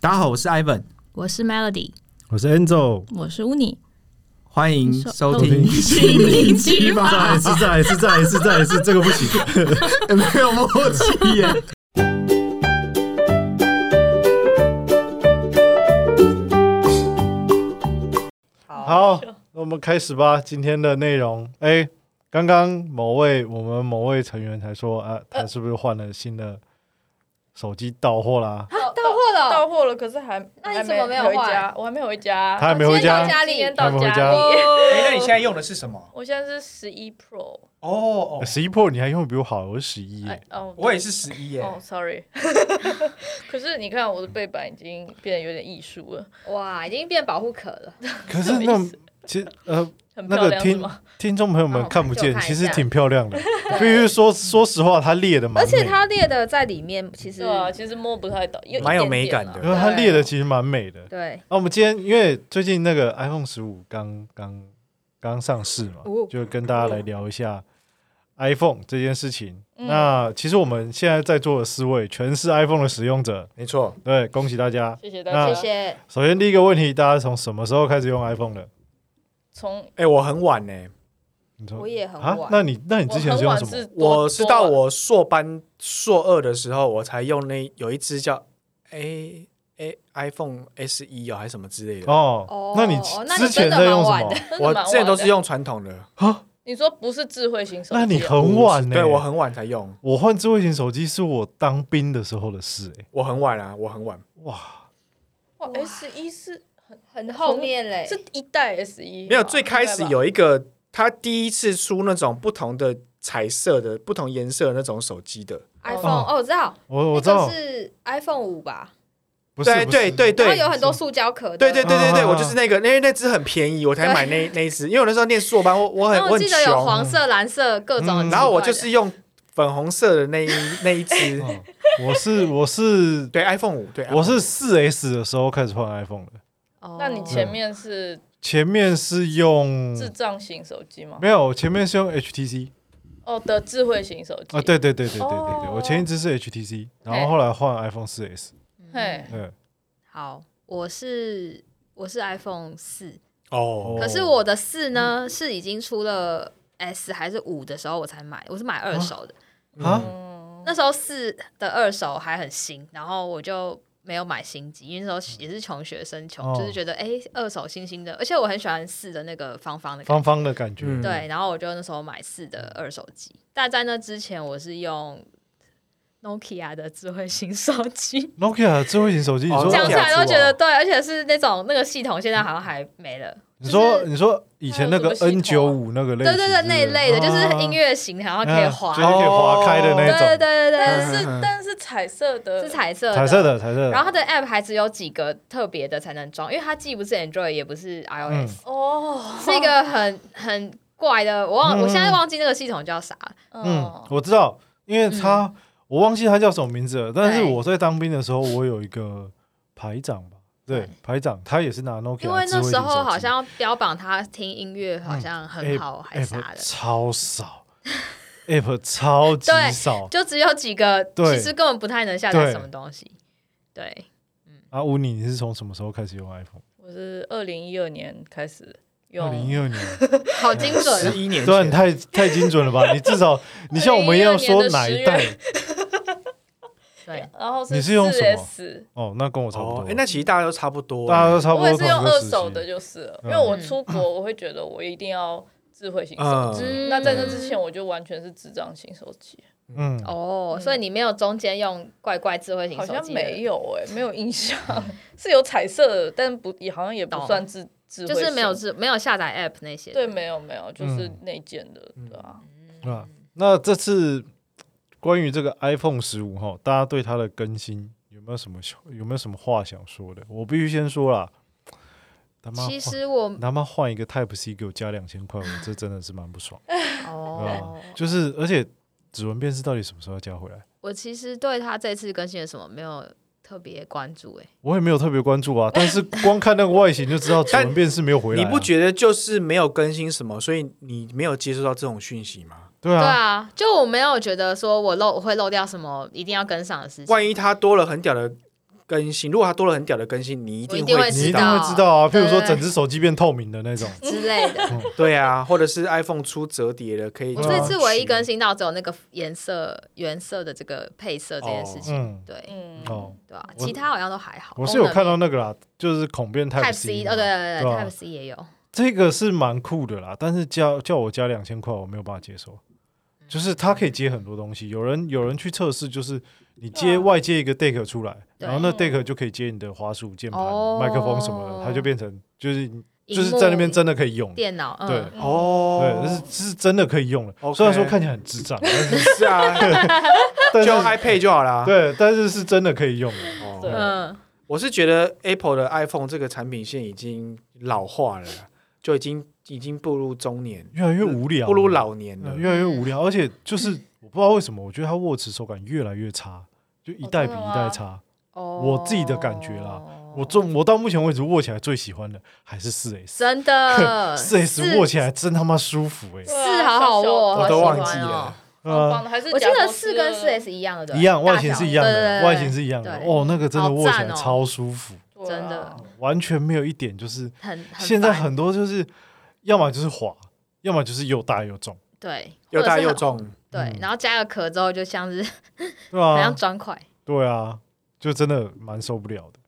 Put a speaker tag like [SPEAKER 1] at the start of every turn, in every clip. [SPEAKER 1] 大家好，我是 Ivan，
[SPEAKER 2] 我是 Melody，
[SPEAKER 3] 我是 Angel，
[SPEAKER 2] 我是 Uni，
[SPEAKER 1] 欢迎收听
[SPEAKER 4] 哦
[SPEAKER 3] 听。
[SPEAKER 2] 心灵奇
[SPEAKER 3] 再来 一次，再来一次，再来一次，再来一次，这个不行。
[SPEAKER 1] 哎没有默契耶。
[SPEAKER 3] 好，那我们开始吧，今天的内容。哎，刚刚某位我们某位成员才说，啊，
[SPEAKER 5] 呃
[SPEAKER 3] 他是不是换了新的手机到货啦？
[SPEAKER 5] 到货了
[SPEAKER 4] 到货了，可是还
[SPEAKER 5] 那你
[SPEAKER 4] 还
[SPEAKER 5] 怎么没有
[SPEAKER 4] 回
[SPEAKER 5] 换
[SPEAKER 4] 家？我还没回家，
[SPEAKER 3] 他还没回
[SPEAKER 5] 今天到家里
[SPEAKER 4] 今天
[SPEAKER 3] 还
[SPEAKER 4] 到
[SPEAKER 3] 没回
[SPEAKER 4] 家
[SPEAKER 3] 家
[SPEAKER 4] 里。
[SPEAKER 6] 哎、那你现在用的是什么？
[SPEAKER 4] 我现在是十一 Pro，
[SPEAKER 6] 哦 哦，
[SPEAKER 3] 十一 Pro 你还用得比我好，我是十一。
[SPEAKER 4] 哎哦，
[SPEAKER 6] 我也是十一耶。
[SPEAKER 4] 哦，sorry。可是你看我的背板已经变得有点艺术了，
[SPEAKER 5] 哇，已经变保护壳了。
[SPEAKER 3] 可是那种其实呃，
[SPEAKER 4] 很
[SPEAKER 3] 那
[SPEAKER 4] 漂
[SPEAKER 3] 个
[SPEAKER 4] 亮是
[SPEAKER 3] 听
[SPEAKER 4] 吗？
[SPEAKER 3] 听众朋友们
[SPEAKER 5] 哦
[SPEAKER 3] 看不
[SPEAKER 5] 就
[SPEAKER 3] 见，
[SPEAKER 5] 看一
[SPEAKER 3] 其实
[SPEAKER 5] 下
[SPEAKER 3] 挺漂亮的。必须说，说实话，它裂的蛮
[SPEAKER 5] 而
[SPEAKER 3] 美的，
[SPEAKER 5] 且它列的在里面，其实
[SPEAKER 4] 对啊，其实摸不太到，有一
[SPEAKER 6] 蛮有
[SPEAKER 4] 点啊
[SPEAKER 6] 美
[SPEAKER 4] 点
[SPEAKER 6] 感
[SPEAKER 4] 啦
[SPEAKER 6] 的
[SPEAKER 3] 因为它裂的其实蛮美的。
[SPEAKER 5] 对，
[SPEAKER 3] 啊那、我们今天因为最近那个 iPhone 十五刚刚刚上市嘛，
[SPEAKER 5] 哦
[SPEAKER 3] 就跟大家来聊一下 iPhone 这件事情。
[SPEAKER 4] 嗯
[SPEAKER 3] 那其实我们现在在座的四位全是 iPhone 的使用者，
[SPEAKER 6] 没错，
[SPEAKER 3] 对，恭喜大家。
[SPEAKER 4] 谢谢大
[SPEAKER 6] 啊
[SPEAKER 4] 家。
[SPEAKER 5] 谢谢。
[SPEAKER 3] 首先第一个问题，大家从什么时候开始用 iPhone 的？
[SPEAKER 4] 从
[SPEAKER 6] 哎、我很晚呢，
[SPEAKER 3] 你说
[SPEAKER 5] 我也很
[SPEAKER 3] 啊
[SPEAKER 5] 晚？，
[SPEAKER 3] 那你那你
[SPEAKER 4] 我
[SPEAKER 3] 之前
[SPEAKER 4] 很
[SPEAKER 3] 是用
[SPEAKER 4] 晚
[SPEAKER 3] 什么？
[SPEAKER 4] 是多
[SPEAKER 6] 我是到我硕班硕二的时候，我才用那有一只叫 A A iPhone S 一哦，还是什么之类的。
[SPEAKER 3] 哦，
[SPEAKER 5] 哦
[SPEAKER 3] 那你
[SPEAKER 5] 哦那你
[SPEAKER 3] 之前在用什
[SPEAKER 5] 真的蛮晚
[SPEAKER 3] 么
[SPEAKER 5] 的？
[SPEAKER 4] 真的
[SPEAKER 6] 我
[SPEAKER 4] 蛮晚的
[SPEAKER 6] 之前都是用传统的，
[SPEAKER 4] 你说不是智慧型手机啊，
[SPEAKER 3] 那 你很晚呢、
[SPEAKER 6] 对我很晚才用，
[SPEAKER 3] 我换智慧型手机是我当兵的时候的事、欸，
[SPEAKER 6] 我很晚啊，我很晚。
[SPEAKER 4] 哇 S 一是
[SPEAKER 5] 很后面嘞，
[SPEAKER 4] 是一代 S 一，
[SPEAKER 5] 啊
[SPEAKER 6] 没有，最开始
[SPEAKER 4] 应该吧
[SPEAKER 6] 有一个，他第一次出那种不同的彩色的、不同颜色的那种手机的，
[SPEAKER 5] iPhone 哦，我知道，
[SPEAKER 3] 我我知
[SPEAKER 5] 那
[SPEAKER 3] 道
[SPEAKER 5] 个，是 iPhone 五吧？
[SPEAKER 3] 不是
[SPEAKER 6] 对
[SPEAKER 3] 不
[SPEAKER 6] 对
[SPEAKER 3] 是
[SPEAKER 6] 对
[SPEAKER 5] 然后
[SPEAKER 6] 对，
[SPEAKER 5] 有很多塑胶壳的。
[SPEAKER 6] 对对对对对，
[SPEAKER 3] 啊
[SPEAKER 6] 我就是那个，因为那只很便宜，我才买那那一只，因为我那时候念硕班，我我很
[SPEAKER 5] 然后我
[SPEAKER 6] 哎我很
[SPEAKER 5] 记得有
[SPEAKER 6] 穷，嗯
[SPEAKER 5] 黄色、蓝色各种很奇怪的。
[SPEAKER 6] 然后我就是用粉红色的 那一那一只，
[SPEAKER 3] 哦我是我是
[SPEAKER 6] 对 iPhone 五，对，
[SPEAKER 3] 我是四 S 的时候开始换 iPhone 的，
[SPEAKER 5] 哦，
[SPEAKER 4] 那
[SPEAKER 6] 嗯
[SPEAKER 4] 你
[SPEAKER 3] 嗯
[SPEAKER 4] 前面是
[SPEAKER 3] 前面是用
[SPEAKER 4] 智障型手机吗？
[SPEAKER 3] 没有，前面是用 HTC
[SPEAKER 4] 哦的智慧型手机
[SPEAKER 3] 啊，，对对对对对对对，
[SPEAKER 4] 哦
[SPEAKER 3] 我前一支是 HTC，然后后来换 iPhone 四 S，
[SPEAKER 4] 嘿，
[SPEAKER 3] 对，
[SPEAKER 5] 好，我是我是 iPhone 四，
[SPEAKER 6] 哦，
[SPEAKER 5] 可是我的四呢是已经出了 S 还是五的时候我才买，我是买二手的。
[SPEAKER 3] 啊
[SPEAKER 4] 嗯，
[SPEAKER 5] 那时候四的二手还很新，然后我就没有买新机，因为那时候也是穷学生穷，
[SPEAKER 3] 嗯哦
[SPEAKER 5] 就是觉得哎、诶二手新新的，而且我很喜欢四的那个方方的感
[SPEAKER 3] 方
[SPEAKER 5] 觉。
[SPEAKER 3] 方的感觉，
[SPEAKER 6] 嗯
[SPEAKER 5] 对，然后我就那时候买四的二手机，但在那之前我是用 Nokia 的智慧型手 机，
[SPEAKER 3] Nokia 智慧型手机，你
[SPEAKER 6] 哦
[SPEAKER 3] 说
[SPEAKER 6] 这样
[SPEAKER 5] 讲出
[SPEAKER 6] 子
[SPEAKER 5] 来都觉
[SPEAKER 3] 啊
[SPEAKER 5] 得对，而且是那种那个系统现在好像还没了。
[SPEAKER 3] 你说
[SPEAKER 5] 就是
[SPEAKER 3] 你说以前那个
[SPEAKER 4] 它有什
[SPEAKER 3] N
[SPEAKER 4] 么系
[SPEAKER 3] 九
[SPEAKER 4] 统
[SPEAKER 3] 五那个类哦
[SPEAKER 5] 对
[SPEAKER 3] 型，
[SPEAKER 5] 啊对对，那一类的，就是音
[SPEAKER 3] 乐
[SPEAKER 5] 乐型，然后可以滑。
[SPEAKER 3] 就是可以滑开的
[SPEAKER 5] 对
[SPEAKER 3] 嗯那
[SPEAKER 5] 对
[SPEAKER 3] 种，
[SPEAKER 5] 对对
[SPEAKER 4] 但是但是彩色
[SPEAKER 5] 对，
[SPEAKER 4] 的
[SPEAKER 5] 是彩色
[SPEAKER 3] 彩色的彩色的，
[SPEAKER 5] 然后它的 App 还只有几个特别的才能装，因为它既不是 Android 也不是 iOS，、
[SPEAKER 4] 哦，
[SPEAKER 5] 是一个很很怪的。我忘，
[SPEAKER 3] 嗯
[SPEAKER 5] 我现在忘记那个系统叫啥了。
[SPEAKER 3] 嗯
[SPEAKER 4] 嗯，，
[SPEAKER 3] 我知道，因为他、我忘记他叫什么名字了，但是
[SPEAKER 5] 嗯对
[SPEAKER 3] 我在当兵的时候，我有一个排长吧，对，排长他也是拿 Nokia，
[SPEAKER 5] 嗯因为那
[SPEAKER 3] 智慧型
[SPEAKER 5] 时候
[SPEAKER 3] 手机
[SPEAKER 5] 好像标榜它听音乐好像很好，
[SPEAKER 3] App-
[SPEAKER 5] 还啥
[SPEAKER 3] App
[SPEAKER 5] 的，
[SPEAKER 3] 超 少，App 超级
[SPEAKER 5] 对
[SPEAKER 3] 少
[SPEAKER 5] 就只有几个，
[SPEAKER 3] 对
[SPEAKER 5] 其实根本不太能下载
[SPEAKER 3] 对
[SPEAKER 5] 什么东西。对，
[SPEAKER 3] 啊。乌尼，你是从什么时候开始用 iPhone？
[SPEAKER 4] 我是二零一二年开始
[SPEAKER 3] 二零一
[SPEAKER 4] 用，
[SPEAKER 3] 二年，
[SPEAKER 5] 好精准
[SPEAKER 6] 十
[SPEAKER 5] 哦。
[SPEAKER 6] 一年
[SPEAKER 3] 对啊，你
[SPEAKER 6] 前，
[SPEAKER 3] 太太精准了吧？你至 少你像我们一样说哪一
[SPEAKER 4] 2012
[SPEAKER 3] 代
[SPEAKER 5] 对，
[SPEAKER 4] 然后
[SPEAKER 3] 你是
[SPEAKER 4] 是
[SPEAKER 3] 用什么
[SPEAKER 4] S，
[SPEAKER 3] 哦，那跟我差不
[SPEAKER 6] 哦
[SPEAKER 3] 多。，
[SPEAKER 6] 哎，那其实大家都差不多，啊
[SPEAKER 3] 大家都差不
[SPEAKER 4] 我
[SPEAKER 3] 多
[SPEAKER 4] 也
[SPEAKER 3] 同一
[SPEAKER 4] 是
[SPEAKER 3] 个
[SPEAKER 4] 用二
[SPEAKER 3] 时期
[SPEAKER 4] 手的，就是了，
[SPEAKER 3] 嗯
[SPEAKER 4] 因为我出国我会觉得我一定要智慧型手机，
[SPEAKER 5] 嗯
[SPEAKER 4] 那在那之前我就完全是智障型手机，
[SPEAKER 3] 嗯，
[SPEAKER 5] 哦，
[SPEAKER 4] 嗯
[SPEAKER 5] 所以你没有中间用怪怪智慧型
[SPEAKER 4] 好
[SPEAKER 5] 手
[SPEAKER 4] 像
[SPEAKER 5] 机，
[SPEAKER 4] 没，有
[SPEAKER 5] 嗯
[SPEAKER 4] 哎，没有印象，
[SPEAKER 3] 嗯
[SPEAKER 4] 是有彩色的，但不也好像也不
[SPEAKER 5] 懂
[SPEAKER 4] 算智智慧，
[SPEAKER 5] 就是没有。智没有下载 App 那些。
[SPEAKER 4] 对，没有没有，就是
[SPEAKER 3] 嗯
[SPEAKER 4] 内建的，对啊，
[SPEAKER 3] 对啊。那这次关于这个 iPhone 十五哈，大家对它的更新有没有什么想有没有什么话想说的？我必须先说啦，他妈
[SPEAKER 5] 其
[SPEAKER 3] 换
[SPEAKER 5] 实我
[SPEAKER 3] 他妈换一个 Type C 给我加两千块，我这真的是蛮不爽，对吧
[SPEAKER 5] 哦，？
[SPEAKER 3] 就是而且指纹辨识到底什么时候要加回来？
[SPEAKER 5] 我其实对他这次更新了什么没有特别关注、欸，
[SPEAKER 3] 我也没有特别关注啊，但是光看那个外形就知道指纹辨识没有回来、
[SPEAKER 6] 你
[SPEAKER 3] 啊，
[SPEAKER 6] 不觉得就是没有更新什么，所以你没有接收到这种讯息吗？
[SPEAKER 3] 对
[SPEAKER 5] 对
[SPEAKER 3] 啊？
[SPEAKER 5] 啊，就我没有觉得说我漏我会漏掉什么一定要跟上的事情。
[SPEAKER 6] 万一它多了很屌的更新，如果它多了很屌的更新，你一
[SPEAKER 5] 我一
[SPEAKER 6] 定
[SPEAKER 5] 定
[SPEAKER 6] 会
[SPEAKER 5] 会
[SPEAKER 3] 你一定
[SPEAKER 5] 道
[SPEAKER 3] 会知道啊。譬如说，
[SPEAKER 4] 对
[SPEAKER 3] 整只手机变透明的那种，
[SPEAKER 5] 之类的。
[SPEAKER 6] 对啊，或者是 iPhone 出折叠的，可以
[SPEAKER 5] 我
[SPEAKER 6] 这样
[SPEAKER 5] 这
[SPEAKER 3] 啊
[SPEAKER 5] 次唯一
[SPEAKER 6] 取
[SPEAKER 5] 更新到只有那个颜色原色的这个配色这件事情，
[SPEAKER 3] 嗯，
[SPEAKER 5] 对
[SPEAKER 4] 嗯，
[SPEAKER 3] 哦，
[SPEAKER 5] 对啊，
[SPEAKER 3] 我
[SPEAKER 5] 其他好像都还好。
[SPEAKER 3] 我是有看到那个啦，就是孔变
[SPEAKER 5] Type
[SPEAKER 3] Type
[SPEAKER 5] C，
[SPEAKER 3] C，
[SPEAKER 5] 哦对对对
[SPEAKER 3] 对啊
[SPEAKER 5] ，Type C 也有，
[SPEAKER 3] 这个是蛮酷的啦，但是叫叫我加两千块，我没有办法接受。就是它可以接很多东西，有人有人去测试，就是你接
[SPEAKER 4] 对啊
[SPEAKER 3] 外接一个 deck 出来，
[SPEAKER 5] 对
[SPEAKER 3] 然后那 deck 就可以接你的滑鼠、键盘、
[SPEAKER 5] 哦
[SPEAKER 3] 麦克风什么的，它就变成就是
[SPEAKER 5] 荧
[SPEAKER 3] 就是在那边
[SPEAKER 5] 幕
[SPEAKER 3] 真的可以用，对，
[SPEAKER 5] 电脑，嗯
[SPEAKER 3] 对
[SPEAKER 6] 哦，
[SPEAKER 3] 这是是真的可以用了。
[SPEAKER 6] OK
[SPEAKER 3] 虽然说看起来很 智障，但是
[SPEAKER 6] 是啊，
[SPEAKER 3] 但
[SPEAKER 6] 就啊用
[SPEAKER 3] 是
[SPEAKER 6] iPad 就好啦。
[SPEAKER 3] 对，但是是真的可以用的。
[SPEAKER 6] 哦
[SPEAKER 4] 对
[SPEAKER 5] 嗯，
[SPEAKER 6] 我是觉得 Apple 的 iPhone 这个产品线已经老化了啦，就已经已经步入中年，
[SPEAKER 3] 越来越无聊，
[SPEAKER 6] 步入老年了
[SPEAKER 3] 嗯，。越来越无聊，而且就是我不知道为什么，我觉得它握持手感越来越差，就一代比一代差。
[SPEAKER 5] 哦
[SPEAKER 3] 我自己的感觉啦，我做我到目前为止握起来最喜欢的还是四 S，
[SPEAKER 5] 真的
[SPEAKER 3] 四 S 握起来真他妈舒服哎、
[SPEAKER 4] 对
[SPEAKER 5] 呃四好好握，
[SPEAKER 4] 我
[SPEAKER 6] 都
[SPEAKER 5] 好
[SPEAKER 6] 忘
[SPEAKER 5] 喜
[SPEAKER 6] 记
[SPEAKER 5] 欢哦
[SPEAKER 6] 了。
[SPEAKER 4] 好
[SPEAKER 3] 啊，
[SPEAKER 4] 棒的，还是
[SPEAKER 5] 我记
[SPEAKER 4] 假
[SPEAKER 5] 得
[SPEAKER 4] 公
[SPEAKER 5] 四
[SPEAKER 4] 司
[SPEAKER 5] 跟
[SPEAKER 4] 的
[SPEAKER 5] 四 S 一样的，对不对
[SPEAKER 3] 一样外形
[SPEAKER 5] 大小
[SPEAKER 3] 是一样的，
[SPEAKER 5] 对
[SPEAKER 3] 外形是一样的，
[SPEAKER 5] 对
[SPEAKER 3] 哦，那个真的握起来
[SPEAKER 5] 好赞哦
[SPEAKER 3] 超舒服，
[SPEAKER 4] 对啊
[SPEAKER 5] 真的
[SPEAKER 3] 完全没有一点就是
[SPEAKER 5] 很
[SPEAKER 3] 现在
[SPEAKER 5] 烦
[SPEAKER 3] 很多就是要么就是滑，要么就是又大又重，
[SPEAKER 5] 对，
[SPEAKER 6] 又大
[SPEAKER 5] 或者是
[SPEAKER 6] 又
[SPEAKER 5] 很
[SPEAKER 6] 重，
[SPEAKER 5] 对
[SPEAKER 3] 嗯，
[SPEAKER 5] 然后加了壳之后就像是
[SPEAKER 3] 对
[SPEAKER 5] 好像
[SPEAKER 3] 啊，
[SPEAKER 5] 砖块，
[SPEAKER 3] 对啊，就真的蛮受不了的。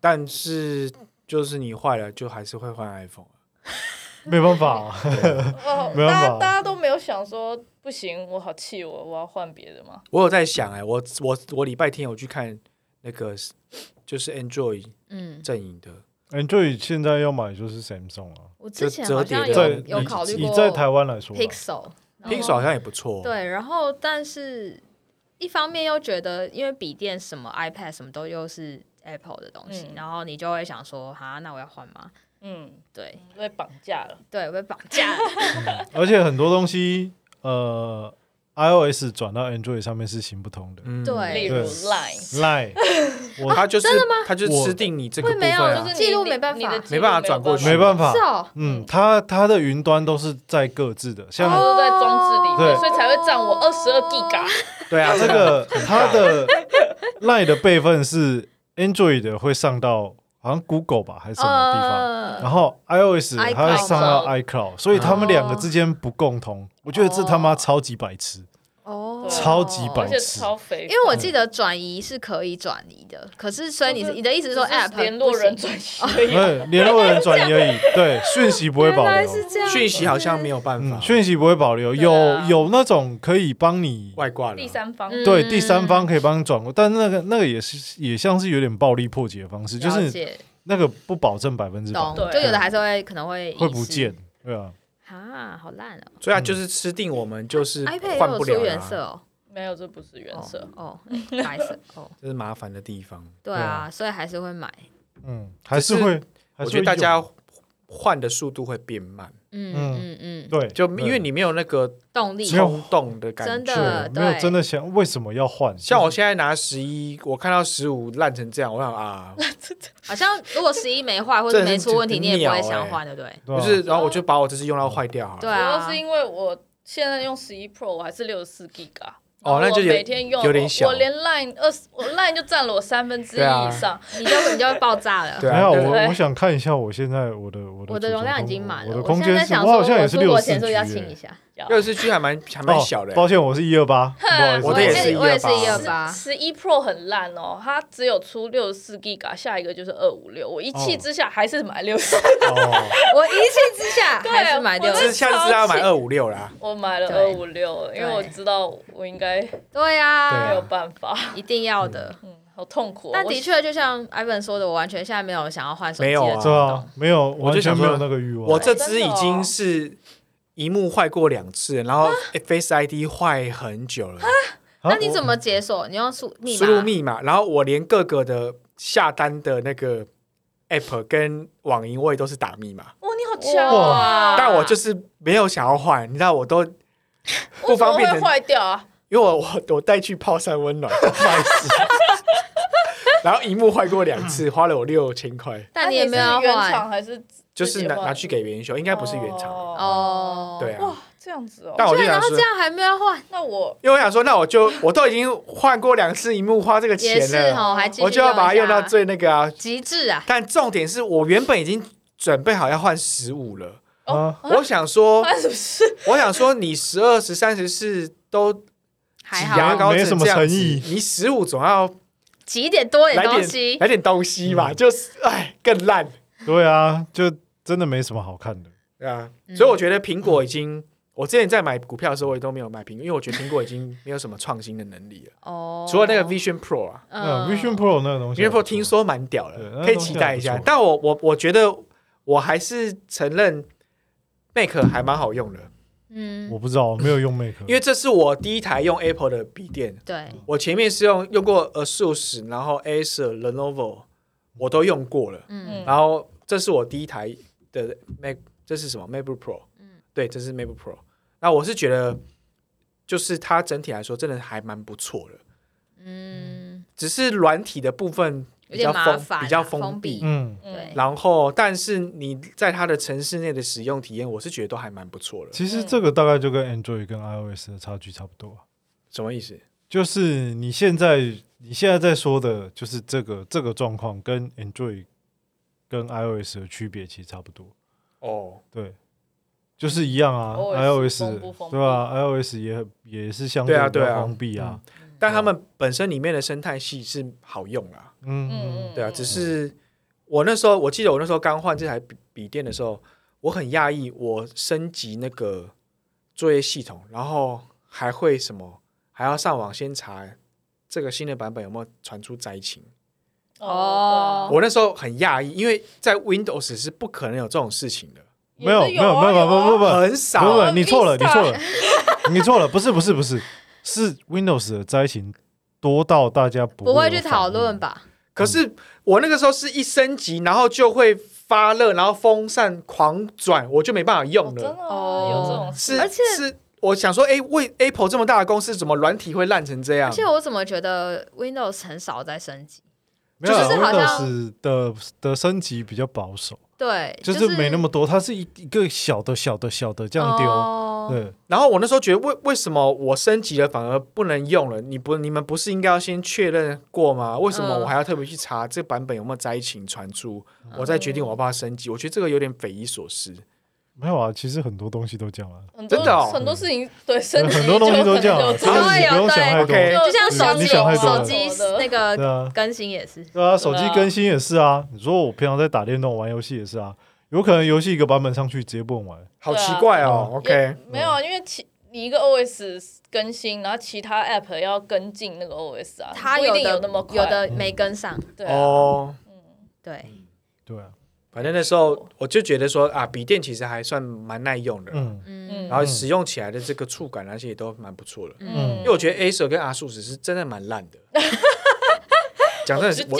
[SPEAKER 6] 但是就是你坏了，就还是会换 iPhone。
[SPEAKER 3] 没办法、啊，
[SPEAKER 4] 哦，
[SPEAKER 3] 没办
[SPEAKER 4] 大
[SPEAKER 3] 法
[SPEAKER 4] 家大家都没有想说不行，我好气我，我要换别的吗？
[SPEAKER 6] 我有在想哎、我我我礼拜天有去看那个就是 Android
[SPEAKER 5] 嗯，
[SPEAKER 6] 阵营的，
[SPEAKER 3] Android 现在要买就是 Samsung 啊，
[SPEAKER 5] 我之前
[SPEAKER 6] 折
[SPEAKER 5] 好
[SPEAKER 6] 叠
[SPEAKER 5] 像
[SPEAKER 6] 的
[SPEAKER 5] 有
[SPEAKER 3] 在
[SPEAKER 5] 有
[SPEAKER 3] 以
[SPEAKER 5] 考虑
[SPEAKER 3] 以
[SPEAKER 5] 过
[SPEAKER 3] 在台湾来说啊，
[SPEAKER 5] Pixel，然后
[SPEAKER 6] Pixel 好像也不错。，
[SPEAKER 5] 哦对，然后但是一方面又觉得，因为笔电什么 iPad 什么都又是 Apple 的东西，
[SPEAKER 4] 嗯
[SPEAKER 5] 然后你就会想说，哈，那我要换吗？
[SPEAKER 4] 嗯，
[SPEAKER 5] 对
[SPEAKER 4] 被绑架了。
[SPEAKER 5] 对，我被绑架了，
[SPEAKER 3] 而且很多东西，呃，iOS 转到 Android 上面是行不通的。
[SPEAKER 6] 嗯
[SPEAKER 4] 例
[SPEAKER 5] 对
[SPEAKER 4] 如
[SPEAKER 3] 对
[SPEAKER 4] Line，
[SPEAKER 3] Line，我
[SPEAKER 5] 啊
[SPEAKER 6] 他就是他就吃定你这个部分、
[SPEAKER 5] 我也
[SPEAKER 6] 啊
[SPEAKER 5] 没有，
[SPEAKER 4] 就是
[SPEAKER 5] 记录
[SPEAKER 4] 你
[SPEAKER 5] 没办法
[SPEAKER 4] 你的记
[SPEAKER 6] 没
[SPEAKER 4] 录
[SPEAKER 6] 办法转过去
[SPEAKER 3] 没办法
[SPEAKER 5] 是，哦，
[SPEAKER 3] 嗯，它它的云端都是在各自的，像
[SPEAKER 5] 哦
[SPEAKER 4] 都在装置里
[SPEAKER 3] 对
[SPEAKER 4] 面，所以才会占我二十二 G 嘎。
[SPEAKER 6] 对 啊，
[SPEAKER 3] 那个它的 Line 的备份是 Android 的会上到好像 Google 吧还是什么地方，
[SPEAKER 5] 呃
[SPEAKER 3] 然后 iOS
[SPEAKER 5] iCloud
[SPEAKER 3] 它会上到 iCloud，所以他们两个之间不共通。我觉得这他妈超级白痴，
[SPEAKER 5] 哦，
[SPEAKER 3] 超嗯级
[SPEAKER 4] 而
[SPEAKER 3] 白
[SPEAKER 4] 且
[SPEAKER 3] 痴。
[SPEAKER 4] 超肥，
[SPEAKER 5] 因为我记得转移是可以转移的，可是所以你
[SPEAKER 4] 就是
[SPEAKER 5] 你的意思是说
[SPEAKER 4] 只是
[SPEAKER 5] App
[SPEAKER 4] 联络人
[SPEAKER 5] 不行
[SPEAKER 4] 转移而已。
[SPEAKER 3] 对，联络人转移而已，对，讯息不会保留。
[SPEAKER 5] 这样
[SPEAKER 6] 讯息好像没有办法，
[SPEAKER 3] 嗯，讯息不会保留，有、
[SPEAKER 4] 对啊
[SPEAKER 3] 有那种可以帮你，
[SPEAKER 6] 外挂了。
[SPEAKER 4] 第三方，
[SPEAKER 5] 嗯
[SPEAKER 3] 对第三方可以帮你转过，但那个那个也是也像是有点暴力破解的方式，就
[SPEAKER 5] 了
[SPEAKER 3] 是
[SPEAKER 5] 解
[SPEAKER 3] 那个不保证百分之百
[SPEAKER 5] 懂，
[SPEAKER 4] 对
[SPEAKER 5] 就有的还是会可能会
[SPEAKER 3] 会
[SPEAKER 5] 遗
[SPEAKER 3] 不
[SPEAKER 5] 失
[SPEAKER 3] 见，对啊，
[SPEAKER 5] 啊，好烂哦
[SPEAKER 6] 所以他就是吃定我们，就是
[SPEAKER 5] 嗯，iPad 也
[SPEAKER 6] 换
[SPEAKER 5] 有
[SPEAKER 6] 不
[SPEAKER 5] 出
[SPEAKER 6] 了
[SPEAKER 5] 原
[SPEAKER 6] 啦、
[SPEAKER 5] 色哦，
[SPEAKER 4] 没有，这不是原色。
[SPEAKER 5] 哦，哦白色哦，
[SPEAKER 6] 这是麻烦的地方。
[SPEAKER 5] 对啊，所以还是会买，
[SPEAKER 3] 嗯，还
[SPEAKER 6] 是
[SPEAKER 3] 是会，
[SPEAKER 6] 我
[SPEAKER 3] 还是
[SPEAKER 6] 觉得
[SPEAKER 3] 会
[SPEAKER 6] 大家
[SPEAKER 3] 有
[SPEAKER 6] 换的速度会变慢，
[SPEAKER 5] 嗯
[SPEAKER 3] 嗯
[SPEAKER 5] 嗯嗯，
[SPEAKER 3] 对，
[SPEAKER 6] 就
[SPEAKER 3] 对
[SPEAKER 6] 因为你没有那个
[SPEAKER 5] 动力
[SPEAKER 3] 只有
[SPEAKER 6] 冲动的感
[SPEAKER 5] 真
[SPEAKER 6] 觉。
[SPEAKER 5] 的
[SPEAKER 3] 对没有
[SPEAKER 5] 对
[SPEAKER 3] 真的想为什么要换，
[SPEAKER 6] 像我
[SPEAKER 3] 就是
[SPEAKER 6] 现在拿十一，我看到十五烂成这样，我想啊，
[SPEAKER 5] 好像如果十一没坏或者
[SPEAKER 6] 这
[SPEAKER 5] 没出问题，
[SPEAKER 6] 很
[SPEAKER 5] 你也不
[SPEAKER 6] 妙欸
[SPEAKER 5] 会想换，对不对？
[SPEAKER 6] 不
[SPEAKER 3] 对啊
[SPEAKER 6] 是，然后我就把我这次用到坏掉好了。
[SPEAKER 5] 对
[SPEAKER 4] 主要
[SPEAKER 5] 啊
[SPEAKER 4] 是，因为我现在用十一 Pro，我还是六十四 G 嘎。
[SPEAKER 6] 哦那就有
[SPEAKER 4] 每天用
[SPEAKER 6] 有点小
[SPEAKER 4] 我，我连 Line 二十，我 Line 就占了我三分之一
[SPEAKER 6] 对啊
[SPEAKER 4] 以上。
[SPEAKER 5] 你就你就会爆炸 了。
[SPEAKER 6] 对
[SPEAKER 3] 没
[SPEAKER 6] 啊，
[SPEAKER 3] 有
[SPEAKER 6] 对
[SPEAKER 3] 我
[SPEAKER 4] 对
[SPEAKER 3] 我想看一下我现在我的我的
[SPEAKER 5] 我
[SPEAKER 3] 储
[SPEAKER 5] 的
[SPEAKER 3] 存
[SPEAKER 5] 容量已
[SPEAKER 3] 空
[SPEAKER 5] 经
[SPEAKER 3] 间
[SPEAKER 5] 满
[SPEAKER 3] 我
[SPEAKER 5] 了，
[SPEAKER 3] 的
[SPEAKER 5] 我
[SPEAKER 3] 空
[SPEAKER 5] 现在
[SPEAKER 3] 间
[SPEAKER 5] 在
[SPEAKER 3] 是
[SPEAKER 5] 想
[SPEAKER 3] 我好
[SPEAKER 5] 说，
[SPEAKER 3] 像也
[SPEAKER 5] 我
[SPEAKER 3] 是
[SPEAKER 5] 出
[SPEAKER 3] 六
[SPEAKER 5] 国
[SPEAKER 3] 十 G，
[SPEAKER 5] 前是不是要清一下？
[SPEAKER 6] 六十区还蛮还蛮小的欸
[SPEAKER 3] 哦，抱歉，我是一二 八，不好意思，
[SPEAKER 6] 我的也是
[SPEAKER 5] 哎我也是一
[SPEAKER 6] 128
[SPEAKER 5] 二八，
[SPEAKER 4] 十一 Pro 很烂哦，它只有出六十四 G 嘎，下一个就是二五六。我一气之下还是买六十，
[SPEAKER 6] 哦，
[SPEAKER 5] 我一气之下还是买六
[SPEAKER 4] 我
[SPEAKER 6] 这
[SPEAKER 4] 在
[SPEAKER 6] 下次知道要买二五六啦。
[SPEAKER 4] 我买了二
[SPEAKER 5] 对
[SPEAKER 4] 五六，因为
[SPEAKER 5] 对
[SPEAKER 4] 我知道我应该
[SPEAKER 5] 对呀、
[SPEAKER 4] 没有办法，
[SPEAKER 5] 一定要的。
[SPEAKER 4] 嗯，好痛苦哦。
[SPEAKER 5] 但
[SPEAKER 4] 我
[SPEAKER 5] 的确，就像 Ivan 说的，我完全现在没有想要换手机
[SPEAKER 6] 没有啊
[SPEAKER 5] 的
[SPEAKER 3] 对啊，没有，完
[SPEAKER 6] 就
[SPEAKER 3] 全
[SPEAKER 6] 想
[SPEAKER 3] 没有
[SPEAKER 6] 说
[SPEAKER 3] 那个欲望。
[SPEAKER 6] 我这只已经是一幕坏过两次，然后 Face ID 坏很久了，
[SPEAKER 3] 啊
[SPEAKER 5] 那你怎么解锁？你用输密
[SPEAKER 6] 输入
[SPEAKER 5] 码？
[SPEAKER 6] 密码，然后我连各个的下单的那个 App 跟网银我也都是打密码，
[SPEAKER 4] 哇，你好强啊！
[SPEAKER 6] 但我就是没有想要换，你知道我都不
[SPEAKER 4] 为什么
[SPEAKER 6] 方便
[SPEAKER 4] 会
[SPEAKER 6] 的，
[SPEAKER 4] 坏掉啊。
[SPEAKER 6] 因为我我我带去泡山温暖，不好意思 然后荧幕坏过两 次，花了我六千块，
[SPEAKER 5] 但你也没有
[SPEAKER 4] 那
[SPEAKER 5] 要
[SPEAKER 4] 啊是原
[SPEAKER 5] 换
[SPEAKER 4] 厂还是
[SPEAKER 6] 就是
[SPEAKER 4] 自己
[SPEAKER 6] 拿
[SPEAKER 4] 换
[SPEAKER 6] 拿去给元修，应该不是原厂的，
[SPEAKER 4] 哦
[SPEAKER 5] 哦。
[SPEAKER 6] 对啊，
[SPEAKER 4] 哇，这样子哦。
[SPEAKER 6] 但我就
[SPEAKER 5] 对，然
[SPEAKER 6] 想
[SPEAKER 5] 后
[SPEAKER 6] 说
[SPEAKER 5] 这，样还没有换，
[SPEAKER 4] 那我
[SPEAKER 6] 因为我想说，那我就我都已经换过两次荧幕，花这个
[SPEAKER 5] 也
[SPEAKER 6] 钱
[SPEAKER 5] 是
[SPEAKER 6] 了，
[SPEAKER 5] 哦，还继续
[SPEAKER 6] 我就要把它用到
[SPEAKER 5] 一下
[SPEAKER 6] 最那个啊。
[SPEAKER 5] 极致啊！
[SPEAKER 6] 但重点是我原本已经准备好要换十五了，
[SPEAKER 5] 哦
[SPEAKER 3] 啊，
[SPEAKER 6] 我想说
[SPEAKER 4] 发，生什么事？
[SPEAKER 6] 我想说，你十二、十三、十四都挤
[SPEAKER 5] 还
[SPEAKER 6] 牙
[SPEAKER 5] 好啊
[SPEAKER 6] 膏
[SPEAKER 3] 没
[SPEAKER 6] 成
[SPEAKER 3] 什么
[SPEAKER 6] 这样
[SPEAKER 3] 诚
[SPEAKER 6] 子
[SPEAKER 3] 意，
[SPEAKER 6] 你十五总要
[SPEAKER 5] 挤一点多一
[SPEAKER 6] 来
[SPEAKER 5] 点东
[SPEAKER 6] 点
[SPEAKER 5] 西，
[SPEAKER 6] 来点东西
[SPEAKER 3] 嗯
[SPEAKER 6] 吧，就是哎更烂
[SPEAKER 3] 对啊，就真的没什么好看的。
[SPEAKER 6] 对啊。
[SPEAKER 5] 嗯
[SPEAKER 6] 所以我觉得苹果已经，我之前在买股票的时候，我也都没有买苹果，因为我觉得苹果已经没有什么创新的能力了，
[SPEAKER 5] 哦，
[SPEAKER 6] 除了那个 Vision Pro 啊。
[SPEAKER 3] 嗯
[SPEAKER 5] 嗯
[SPEAKER 3] ，Vision Pro 那个东西
[SPEAKER 6] 因为听说蛮屌
[SPEAKER 3] 对
[SPEAKER 6] 的，
[SPEAKER 3] 那
[SPEAKER 6] 可以期待一
[SPEAKER 3] 东西还
[SPEAKER 6] 下
[SPEAKER 3] 不错。
[SPEAKER 6] 但我我我觉得我还是承认 Mac 还蛮好用的，
[SPEAKER 5] 嗯
[SPEAKER 3] 我，不知道，我没有用 Mac，
[SPEAKER 6] 因为这是我第一台用 Apple 的笔电，
[SPEAKER 5] 对，
[SPEAKER 3] 嗯
[SPEAKER 6] 我前面是用用过 ASUS，然后 Acer、Lenovo 我都用过了，
[SPEAKER 5] 嗯
[SPEAKER 4] 嗯
[SPEAKER 6] 然后这是我第一台的 Mac，这是什么 MacBook Pro？嗯，对，这是 MacBook Pro。那我是觉得，就是它整体来说真的还蛮不错的，
[SPEAKER 5] 嗯，
[SPEAKER 6] 只是软体的部分比较
[SPEAKER 5] 有点麻
[SPEAKER 6] 封
[SPEAKER 5] 烦啊
[SPEAKER 6] 比较
[SPEAKER 5] 封
[SPEAKER 6] 闭
[SPEAKER 5] 闭。
[SPEAKER 3] 嗯，
[SPEAKER 5] 对，
[SPEAKER 6] 然后，但是你在它的城市内的使用体验，我是觉得都还蛮不错的。
[SPEAKER 3] 其实这个大概就跟 Android 跟 iOS 的差距差不多啊，
[SPEAKER 6] 什么意思？
[SPEAKER 3] 就是你现在你现在在说的就是这个这个状况跟 Android 跟 iOS 的区别其实差不多，
[SPEAKER 6] 哦，
[SPEAKER 3] 对。就是一样啊
[SPEAKER 4] OS
[SPEAKER 3] ，iOS
[SPEAKER 4] 封不封闭
[SPEAKER 3] 对吧、i o s 也很也是相
[SPEAKER 6] 对啊
[SPEAKER 3] 对
[SPEAKER 6] 对
[SPEAKER 3] 比较
[SPEAKER 6] 啊
[SPEAKER 3] 封闭啊，
[SPEAKER 6] 但他们本身里面的生态系是好用啦。
[SPEAKER 3] 嗯
[SPEAKER 4] 嗯嗯，
[SPEAKER 6] 对啊，只是我那时候我记得我那时候刚换这台笔笔电的时候，我很讶异，我升级那个作业系统，然后还会什么，还要上网先查这个新的版本有没有传出灾情。
[SPEAKER 4] 哦，
[SPEAKER 6] 我那时候很讶异，因为在 Windows 是不可能有这种事情的，
[SPEAKER 4] 对
[SPEAKER 3] 没有
[SPEAKER 4] 啊
[SPEAKER 3] 没
[SPEAKER 4] 也
[SPEAKER 3] 有
[SPEAKER 4] 是啊
[SPEAKER 3] 没有没有没有没有
[SPEAKER 6] 很
[SPEAKER 3] 不
[SPEAKER 6] 少
[SPEAKER 3] 不
[SPEAKER 4] 啊
[SPEAKER 3] 你错了，你
[SPEAKER 4] Vista
[SPEAKER 3] 错了， 你错了，不是不是不是，是 Windows 的灾情多到大家不
[SPEAKER 5] 不会去
[SPEAKER 3] 有反
[SPEAKER 5] 讨
[SPEAKER 3] 应
[SPEAKER 5] 论？吧？
[SPEAKER 6] 可是我那个时候是一升级，然后就会发热，然后风扇狂转，我就没办法
[SPEAKER 4] 哦
[SPEAKER 6] 用
[SPEAKER 4] 真
[SPEAKER 6] 了。
[SPEAKER 4] 的
[SPEAKER 5] 哦
[SPEAKER 4] 啊有这种事，
[SPEAKER 6] 是，
[SPEAKER 5] 而且
[SPEAKER 6] 是我想说，哎、为 Apple 这么大的公司，怎么软体会烂成这样
[SPEAKER 5] 而？且我怎么觉得 Windows 很少在升级？
[SPEAKER 3] 没有啊
[SPEAKER 5] 就是好像
[SPEAKER 3] ，Windows 的的升级比较保守，
[SPEAKER 5] 对，
[SPEAKER 3] 就是是没那么多，它是一一个小的小的小的这样丢，
[SPEAKER 5] 哦
[SPEAKER 3] 对，
[SPEAKER 6] 然后我那时候觉得为，为什么我升级了反而不能用了？你不，你们不是应该要先确认过吗？为什么
[SPEAKER 5] 嗯
[SPEAKER 6] 我还要特别去查这版本有没有灾情传出，我再决定我要不要升级？我觉得这个有点匪夷所思。
[SPEAKER 3] 没有啊，其实很多东西都这样啊，
[SPEAKER 4] 很
[SPEAKER 6] 真的哦
[SPEAKER 4] 多很多事情对升级
[SPEAKER 3] 很多东西都这样啊，
[SPEAKER 4] 就
[SPEAKER 3] 其实你
[SPEAKER 4] 很
[SPEAKER 5] 啊对
[SPEAKER 3] 不用想太
[SPEAKER 6] 对
[SPEAKER 3] 多，
[SPEAKER 4] 就
[SPEAKER 5] 就像手
[SPEAKER 3] 你
[SPEAKER 5] 机
[SPEAKER 3] 想太多了
[SPEAKER 5] 手机那个
[SPEAKER 3] 对啊。
[SPEAKER 5] 更新也是，
[SPEAKER 3] 对啊，手机
[SPEAKER 4] 对啊
[SPEAKER 3] 更新也是啊。你说我平常在打电动、玩游戏也是啊，有可能游戏一个版本上去直接不能玩。
[SPEAKER 6] 好奇怪哦。
[SPEAKER 4] 对啊
[SPEAKER 6] OK，
[SPEAKER 4] 没有啊，因为其你一个 OS 更新，然后其他 App 要跟进那个 OS 啊，
[SPEAKER 5] 它
[SPEAKER 4] 不一
[SPEAKER 5] 有
[SPEAKER 4] 定
[SPEAKER 5] 的
[SPEAKER 4] 有那么快，
[SPEAKER 5] 有的没
[SPEAKER 3] 嗯
[SPEAKER 5] 跟上，
[SPEAKER 4] 对啊
[SPEAKER 6] 哦，
[SPEAKER 5] 对，
[SPEAKER 3] 对啊，
[SPEAKER 6] 反正那时候我就觉得说啊，笔电其实还算蛮耐用的，
[SPEAKER 3] 嗯
[SPEAKER 5] 嗯
[SPEAKER 6] 然后使用起来的这个触感那些也都蛮不错的。
[SPEAKER 3] 嗯
[SPEAKER 6] 因为我觉得 Acer 跟 ASUS 是真的蛮 烂的。讲真的是，我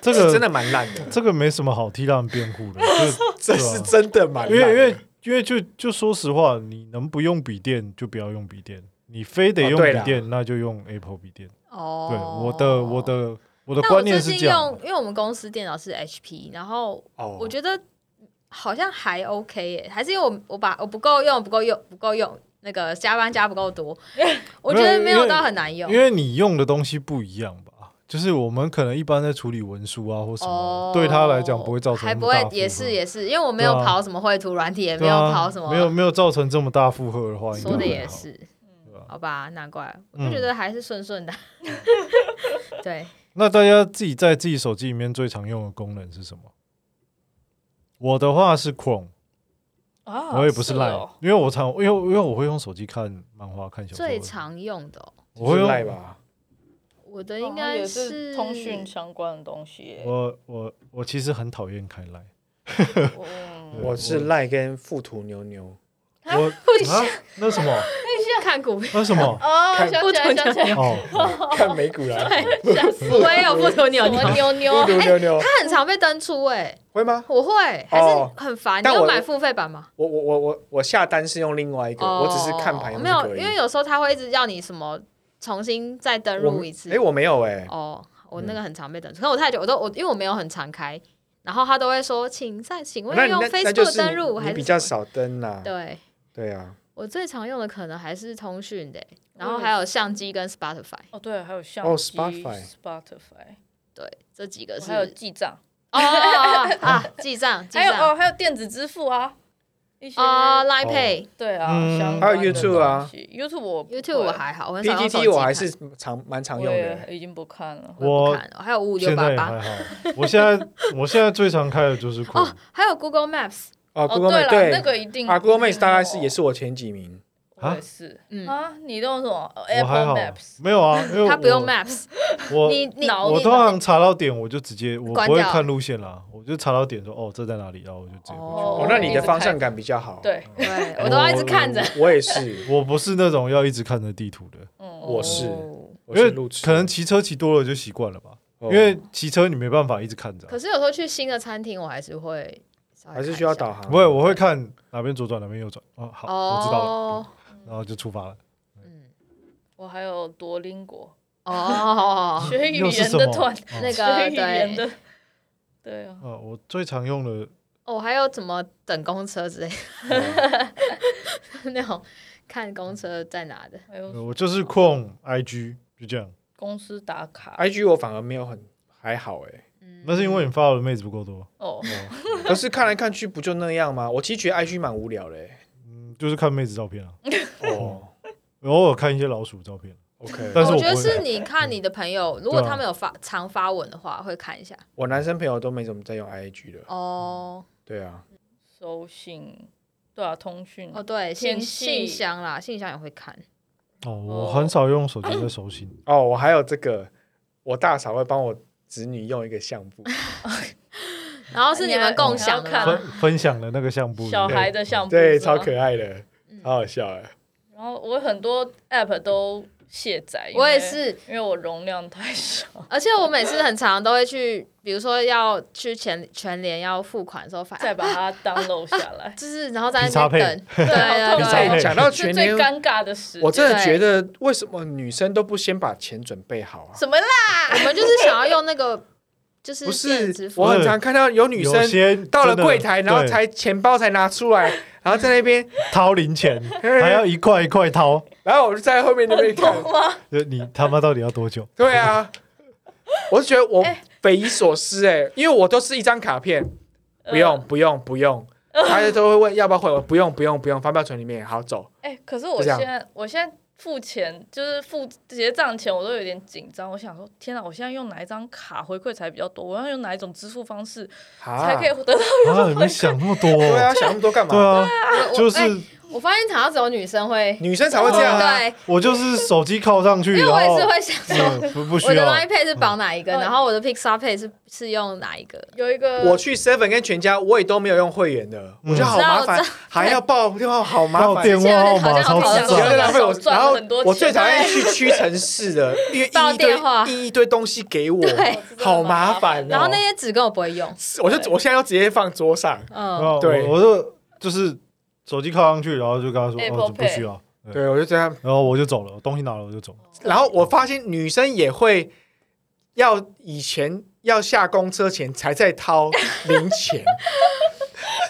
[SPEAKER 3] 这
[SPEAKER 6] 是
[SPEAKER 3] 个
[SPEAKER 6] 真的蛮烂的，
[SPEAKER 3] 这个没什么好替他们辩护 的，就
[SPEAKER 6] 这是真的蛮
[SPEAKER 3] 因
[SPEAKER 6] 烂的。
[SPEAKER 3] 为因为因为就就说实话，你能不用笔电就不要用笔电，你非得
[SPEAKER 6] 哦
[SPEAKER 3] 用
[SPEAKER 6] 对
[SPEAKER 3] 笔
[SPEAKER 6] 啦
[SPEAKER 3] 电那就用 Apple 笔电。
[SPEAKER 5] 哦
[SPEAKER 3] 对，我的我。的我的
[SPEAKER 5] 但我
[SPEAKER 3] 观
[SPEAKER 5] 最
[SPEAKER 3] 念是
[SPEAKER 5] 近
[SPEAKER 3] 这样
[SPEAKER 5] 用，。因为我们公司电脑是 HP，然后
[SPEAKER 6] 哦
[SPEAKER 5] 我觉得好像还 OK 耶，还是因为我我把我不够用，不够用，不够用，那个加班加不够 多，我觉得没有到很难用哦
[SPEAKER 3] 因。为你用的东西不一样吧，就是我们可能一般在处理文书啊或什么，
[SPEAKER 5] 哦，
[SPEAKER 3] 对他来讲不会造成那
[SPEAKER 5] 还不
[SPEAKER 3] 么大
[SPEAKER 5] 会
[SPEAKER 3] 负，荷
[SPEAKER 5] 也是也是，因为我没有
[SPEAKER 3] 对啊
[SPEAKER 5] 跑什么绘图软体，也没
[SPEAKER 3] 对
[SPEAKER 5] 有
[SPEAKER 3] 啊
[SPEAKER 5] 跑什么，
[SPEAKER 3] 没有没有造成这么大负荷的话，应该
[SPEAKER 5] 说的
[SPEAKER 3] 还
[SPEAKER 5] 也
[SPEAKER 3] 好。
[SPEAKER 5] 是
[SPEAKER 3] 对啊，
[SPEAKER 5] 好吧，难怪，我
[SPEAKER 3] 嗯
[SPEAKER 5] 就觉得还是顺 顺的。对，
[SPEAKER 3] 那大家自己在自己手机里面最常用的功能是什么？我的话是 Chrome，
[SPEAKER 4] 啊
[SPEAKER 3] 我也不是
[SPEAKER 4] 哦
[SPEAKER 3] Line，、因为我常因为因为我会用手机看漫画、看小说。
[SPEAKER 5] 最常用的哦、
[SPEAKER 3] 我会
[SPEAKER 6] 赖
[SPEAKER 3] 用
[SPEAKER 6] 吧，
[SPEAKER 5] 我的
[SPEAKER 4] 哦
[SPEAKER 5] 应
[SPEAKER 4] 它
[SPEAKER 5] 该
[SPEAKER 4] 也是通讯相关的东西耶。
[SPEAKER 3] 我我我其实很讨厌开来，
[SPEAKER 4] 嗯
[SPEAKER 6] 我是赖跟附图牛牛，
[SPEAKER 3] 我啊那什 么
[SPEAKER 5] 看股票，
[SPEAKER 3] 那什么
[SPEAKER 4] 哦，想起来想起 来，
[SPEAKER 3] 哦，
[SPEAKER 6] 看美股啦，
[SPEAKER 4] 吓死
[SPEAKER 5] 我也有不投 牛
[SPEAKER 4] 什
[SPEAKER 5] 牛
[SPEAKER 4] 么，妞
[SPEAKER 6] 附
[SPEAKER 4] 妞啊
[SPEAKER 6] 图牛牛
[SPEAKER 5] 它很常被登出哎、
[SPEAKER 6] 会吗？
[SPEAKER 5] 我会还
[SPEAKER 6] 哦
[SPEAKER 5] 是很烦。你
[SPEAKER 6] 但我
[SPEAKER 5] 有买付费版吗？
[SPEAKER 6] 我我我我我下单是用另外一个，
[SPEAKER 5] 哦，
[SPEAKER 6] 我只是看盘
[SPEAKER 5] 没有，因为有时候它会一直要你什么重新再登
[SPEAKER 6] 我
[SPEAKER 5] 录一次。
[SPEAKER 6] 哎，我没有哎，
[SPEAKER 5] 哦，我那个很常被登出，可我太久我都我因为我没有很常开，然后他都会说请再请
[SPEAKER 6] 那
[SPEAKER 5] 问
[SPEAKER 6] 你
[SPEAKER 5] 用
[SPEAKER 6] 那那就
[SPEAKER 5] Facebook
[SPEAKER 6] 是
[SPEAKER 5] 登
[SPEAKER 6] 你
[SPEAKER 5] 录还
[SPEAKER 6] 你
[SPEAKER 5] 是
[SPEAKER 6] 比较
[SPEAKER 5] 什
[SPEAKER 6] 少登啦
[SPEAKER 5] 么？，对。
[SPEAKER 6] 对啊，
[SPEAKER 5] 我最常用的可能还是通讯的欸、
[SPEAKER 4] 嗯
[SPEAKER 5] 然后还有相机跟 Spotify，
[SPEAKER 4] 哦，对，还有相
[SPEAKER 6] 哦
[SPEAKER 4] 机、
[SPEAKER 6] Spotify
[SPEAKER 4] Spotify，
[SPEAKER 5] 对，这几个
[SPEAKER 4] 我
[SPEAKER 5] 是
[SPEAKER 4] 还有记账，
[SPEAKER 5] 哦哦哦啊，记账记
[SPEAKER 4] 还有
[SPEAKER 5] 账
[SPEAKER 4] 哦，还有电子支付啊，一些
[SPEAKER 5] 啊，Line Pay、
[SPEAKER 4] 对啊，
[SPEAKER 3] 嗯
[SPEAKER 4] 相
[SPEAKER 6] 还有
[SPEAKER 4] 关的
[SPEAKER 6] YouTube 啊
[SPEAKER 4] 东西，YouTube 我不
[SPEAKER 5] YouTube 我
[SPEAKER 4] 会
[SPEAKER 5] 还好，我很少用手机
[SPEAKER 6] PPT 我还
[SPEAKER 5] 看
[SPEAKER 6] 是常蛮常
[SPEAKER 4] 我
[SPEAKER 6] 用
[SPEAKER 4] 也
[SPEAKER 6] 的，欸
[SPEAKER 4] 已经不看了。
[SPEAKER 5] 我也
[SPEAKER 3] 我
[SPEAKER 5] 不看了，还有五五六
[SPEAKER 3] 现在
[SPEAKER 5] 八
[SPEAKER 3] 也
[SPEAKER 5] 八
[SPEAKER 3] 还好。我现在我现在最常开的就是 Chrome，
[SPEAKER 5] 哦，还有 Google Maps，
[SPEAKER 6] 哦
[SPEAKER 4] 哦，
[SPEAKER 6] ，Google
[SPEAKER 4] 对
[SPEAKER 6] Map
[SPEAKER 4] 了，
[SPEAKER 6] 对
[SPEAKER 4] 那个一定
[SPEAKER 6] 啊，Google Maps 大概是
[SPEAKER 4] 哦
[SPEAKER 6] 也是我前几名，
[SPEAKER 4] 我也是
[SPEAKER 5] 嗯，
[SPEAKER 4] 啊，你用什么呃
[SPEAKER 3] 我还
[SPEAKER 4] Apple
[SPEAKER 3] 好
[SPEAKER 4] Maps？，
[SPEAKER 3] 没有啊，因为
[SPEAKER 5] 它不用
[SPEAKER 3] 我
[SPEAKER 5] Maps，
[SPEAKER 3] 我
[SPEAKER 5] 你你
[SPEAKER 4] 脑
[SPEAKER 3] 我
[SPEAKER 4] 你
[SPEAKER 3] 通常查到点我就直接，我
[SPEAKER 5] 关
[SPEAKER 3] 不会
[SPEAKER 5] 掉
[SPEAKER 3] 看路线啦，我就查到点说哦这在哪里，然后我就直接过去。
[SPEAKER 4] 哦
[SPEAKER 6] 哦，那你
[SPEAKER 4] 一
[SPEAKER 6] 的
[SPEAKER 4] 直
[SPEAKER 6] 方
[SPEAKER 4] 看
[SPEAKER 6] 向感比较好，，哦
[SPEAKER 4] 对，
[SPEAKER 5] 对我都要一
[SPEAKER 3] 哦
[SPEAKER 5] 直看着，
[SPEAKER 6] 我也是，
[SPEAKER 3] 我不是那种要一直看着地图的，
[SPEAKER 4] 嗯，
[SPEAKER 6] 我是
[SPEAKER 5] 哦
[SPEAKER 6] 我
[SPEAKER 3] 因
[SPEAKER 6] 是
[SPEAKER 3] 为
[SPEAKER 6] 路痴
[SPEAKER 3] 可能骑车骑多了就习惯了吧。
[SPEAKER 6] 哦
[SPEAKER 3] 因为骑车你没办法一直看着啊，
[SPEAKER 5] 可是有时候去新的餐厅，我还是会稍微
[SPEAKER 6] 还是
[SPEAKER 5] 看
[SPEAKER 6] 需要
[SPEAKER 5] 一下
[SPEAKER 6] 导航，哦
[SPEAKER 3] 不会，我会看哪边左转，哪边右转。哦，好，我知道了，
[SPEAKER 5] 哦，
[SPEAKER 3] 然后就出发了。
[SPEAKER 5] 嗯，
[SPEAKER 4] 我还有多邻国
[SPEAKER 5] 哦，
[SPEAKER 4] 学语
[SPEAKER 3] 啊又是
[SPEAKER 4] 言
[SPEAKER 3] 什
[SPEAKER 4] 的
[SPEAKER 3] 么
[SPEAKER 4] 团，
[SPEAKER 3] 哦
[SPEAKER 5] 那
[SPEAKER 4] 学
[SPEAKER 5] 个
[SPEAKER 4] 语言
[SPEAKER 5] 对
[SPEAKER 4] 的，，对啊，
[SPEAKER 3] 哦，我最常用的
[SPEAKER 5] 哦，还有怎么等公车之类的 那种，看公车在哪的。
[SPEAKER 4] 还有
[SPEAKER 3] 呃，我就是 Chrome、IG，就这样。
[SPEAKER 4] 公司打卡
[SPEAKER 6] IG 我反而没有很还好哎、
[SPEAKER 5] 嗯
[SPEAKER 3] 那是因为你 follow 的妹子不够多，
[SPEAKER 4] 哦，
[SPEAKER 6] 可是看来看去不就那样吗？我其实觉得 IG 蛮无聊的、欸。
[SPEAKER 3] 嗯，就是看妹子照片啊，
[SPEAKER 6] 哦
[SPEAKER 3] 偶尔看一些老鼠照片。
[SPEAKER 6] ，OK，
[SPEAKER 3] 但是
[SPEAKER 5] 哦我
[SPEAKER 3] 我
[SPEAKER 5] 觉得
[SPEAKER 3] 不会嗯
[SPEAKER 5] 是你看你的朋友，如果
[SPEAKER 3] 啊
[SPEAKER 5] 他们有发常发文的话，会看一下。
[SPEAKER 6] 我男生朋友都没怎么在用 IG 了。
[SPEAKER 5] 哦
[SPEAKER 6] 对啊，
[SPEAKER 4] 收信，对啊，通讯
[SPEAKER 5] 哦，对，
[SPEAKER 4] 天
[SPEAKER 5] 信
[SPEAKER 4] 气
[SPEAKER 5] 信箱啦，信箱也会 看。
[SPEAKER 3] 哦，我很少用手机在手心，
[SPEAKER 6] 哦，我还有这个，我大嫂会帮我子女用一个相簿，
[SPEAKER 5] 然后是你们共享的
[SPEAKER 4] 你还
[SPEAKER 5] 吗
[SPEAKER 4] 你还要
[SPEAKER 3] 分分享的那个相簿。
[SPEAKER 4] 小
[SPEAKER 3] 对
[SPEAKER 4] 孩的相簿，
[SPEAKER 6] 对，
[SPEAKER 4] 是吗
[SPEAKER 6] 超可爱的，超好笑哎。
[SPEAKER 4] 然后我很多 app 都卸载，因
[SPEAKER 5] 我也
[SPEAKER 4] 为，
[SPEAKER 5] 是，
[SPEAKER 4] 因为我容量太少，
[SPEAKER 5] 而且我每次很常都会去，比如说要去全全联要付款的时候，反
[SPEAKER 4] 再把它 download 下来，
[SPEAKER 5] 就是然后在那
[SPEAKER 3] 叉配
[SPEAKER 5] 边等， 对啊对
[SPEAKER 4] 比叉
[SPEAKER 5] 对
[SPEAKER 4] 配
[SPEAKER 3] 哎
[SPEAKER 5] 对，
[SPEAKER 6] 讲到
[SPEAKER 4] 是
[SPEAKER 6] 全
[SPEAKER 4] 最
[SPEAKER 6] 年，
[SPEAKER 4] 尴尬的时间。
[SPEAKER 6] 我真的
[SPEAKER 5] 对
[SPEAKER 6] 觉得为什么女生都不先把钱准备好啊？
[SPEAKER 4] 什么啦？
[SPEAKER 5] 我们就是想要用那个，就是
[SPEAKER 6] 不
[SPEAKER 5] 电子
[SPEAKER 6] 是，
[SPEAKER 5] 付
[SPEAKER 6] 我很常看到有女
[SPEAKER 3] 有
[SPEAKER 6] 生
[SPEAKER 3] 些
[SPEAKER 6] 到了
[SPEAKER 3] 真的
[SPEAKER 6] 柜台，然后
[SPEAKER 3] 对
[SPEAKER 6] 才钱包才拿出来，然后在那 边，
[SPEAKER 3] 掏零钱，还要一块一块掏。
[SPEAKER 6] 然后我就在后面那边看，
[SPEAKER 3] 就你他妈到底要多久？
[SPEAKER 6] 对啊，我是觉得我匪夷所思哎、因为我都是一张卡片，不用不用不用，大家都会问要不要换，我不用不用不用，发票存里面好走。
[SPEAKER 4] 哎、可是
[SPEAKER 6] 就
[SPEAKER 4] 我
[SPEAKER 6] 这
[SPEAKER 4] 现
[SPEAKER 6] 样
[SPEAKER 4] 在我现在付钱就是付结账前，我都有点紧张。我想说，天哪，我现在用哪一张卡回馈才比较多？我要用哪一种支付方式
[SPEAKER 6] 啊
[SPEAKER 4] 才可以得到？
[SPEAKER 3] 啊，你们想那么多？
[SPEAKER 6] 对啊，想那么多干嘛？
[SPEAKER 3] 对啊，
[SPEAKER 5] 我
[SPEAKER 3] 就
[SPEAKER 5] 哎
[SPEAKER 3] 是
[SPEAKER 5] 我发现好像只有女生会，
[SPEAKER 6] 女生才会这样啊。
[SPEAKER 5] 对，
[SPEAKER 3] 我就是手机靠上去，
[SPEAKER 5] 因为
[SPEAKER 3] 然
[SPEAKER 5] 我也是
[SPEAKER 3] 后
[SPEAKER 5] 会想说。
[SPEAKER 3] 嗯不不
[SPEAKER 5] 我
[SPEAKER 3] 需
[SPEAKER 5] 的
[SPEAKER 3] 要
[SPEAKER 5] Line Pay 是绑哪一个，
[SPEAKER 4] 嗯
[SPEAKER 5] 然后我的 Pixar Pay 是是用哪一个？
[SPEAKER 4] 有一个
[SPEAKER 6] 我去 Seven 跟全家，我也都没有用会员的，我觉得好麻
[SPEAKER 5] 我
[SPEAKER 6] 烦，还要报电话，好麻
[SPEAKER 3] 要
[SPEAKER 6] 烦。
[SPEAKER 3] 电话号
[SPEAKER 5] 好
[SPEAKER 3] 码
[SPEAKER 5] 像
[SPEAKER 3] 超
[SPEAKER 5] 好像
[SPEAKER 6] 不
[SPEAKER 3] 智
[SPEAKER 4] 好像
[SPEAKER 3] 障
[SPEAKER 6] 要。浪费我，
[SPEAKER 4] 少赚
[SPEAKER 6] 然
[SPEAKER 4] 了
[SPEAKER 6] 后
[SPEAKER 4] 很多
[SPEAKER 6] 我
[SPEAKER 4] 钱
[SPEAKER 6] 最讨厌去屈臣氏的，因为
[SPEAKER 5] 报
[SPEAKER 6] 印一
[SPEAKER 5] 电话
[SPEAKER 6] 堆印一堆东西给我
[SPEAKER 5] 对，
[SPEAKER 6] 好麻烦哦。
[SPEAKER 5] 然后那些纸根我不会用，
[SPEAKER 6] 我就我现在要直接放桌上，
[SPEAKER 3] 然
[SPEAKER 5] 嗯，
[SPEAKER 3] 后
[SPEAKER 6] 对
[SPEAKER 3] 我我就就是手机靠上去，然后就跟他说
[SPEAKER 4] Apple
[SPEAKER 3] 哦，这不需要。对，
[SPEAKER 6] 对我就这样
[SPEAKER 3] 然后我就走了，我东西拿了我就走了。
[SPEAKER 6] 然后我发现女生也会要以前要下公车前才在掏零钱，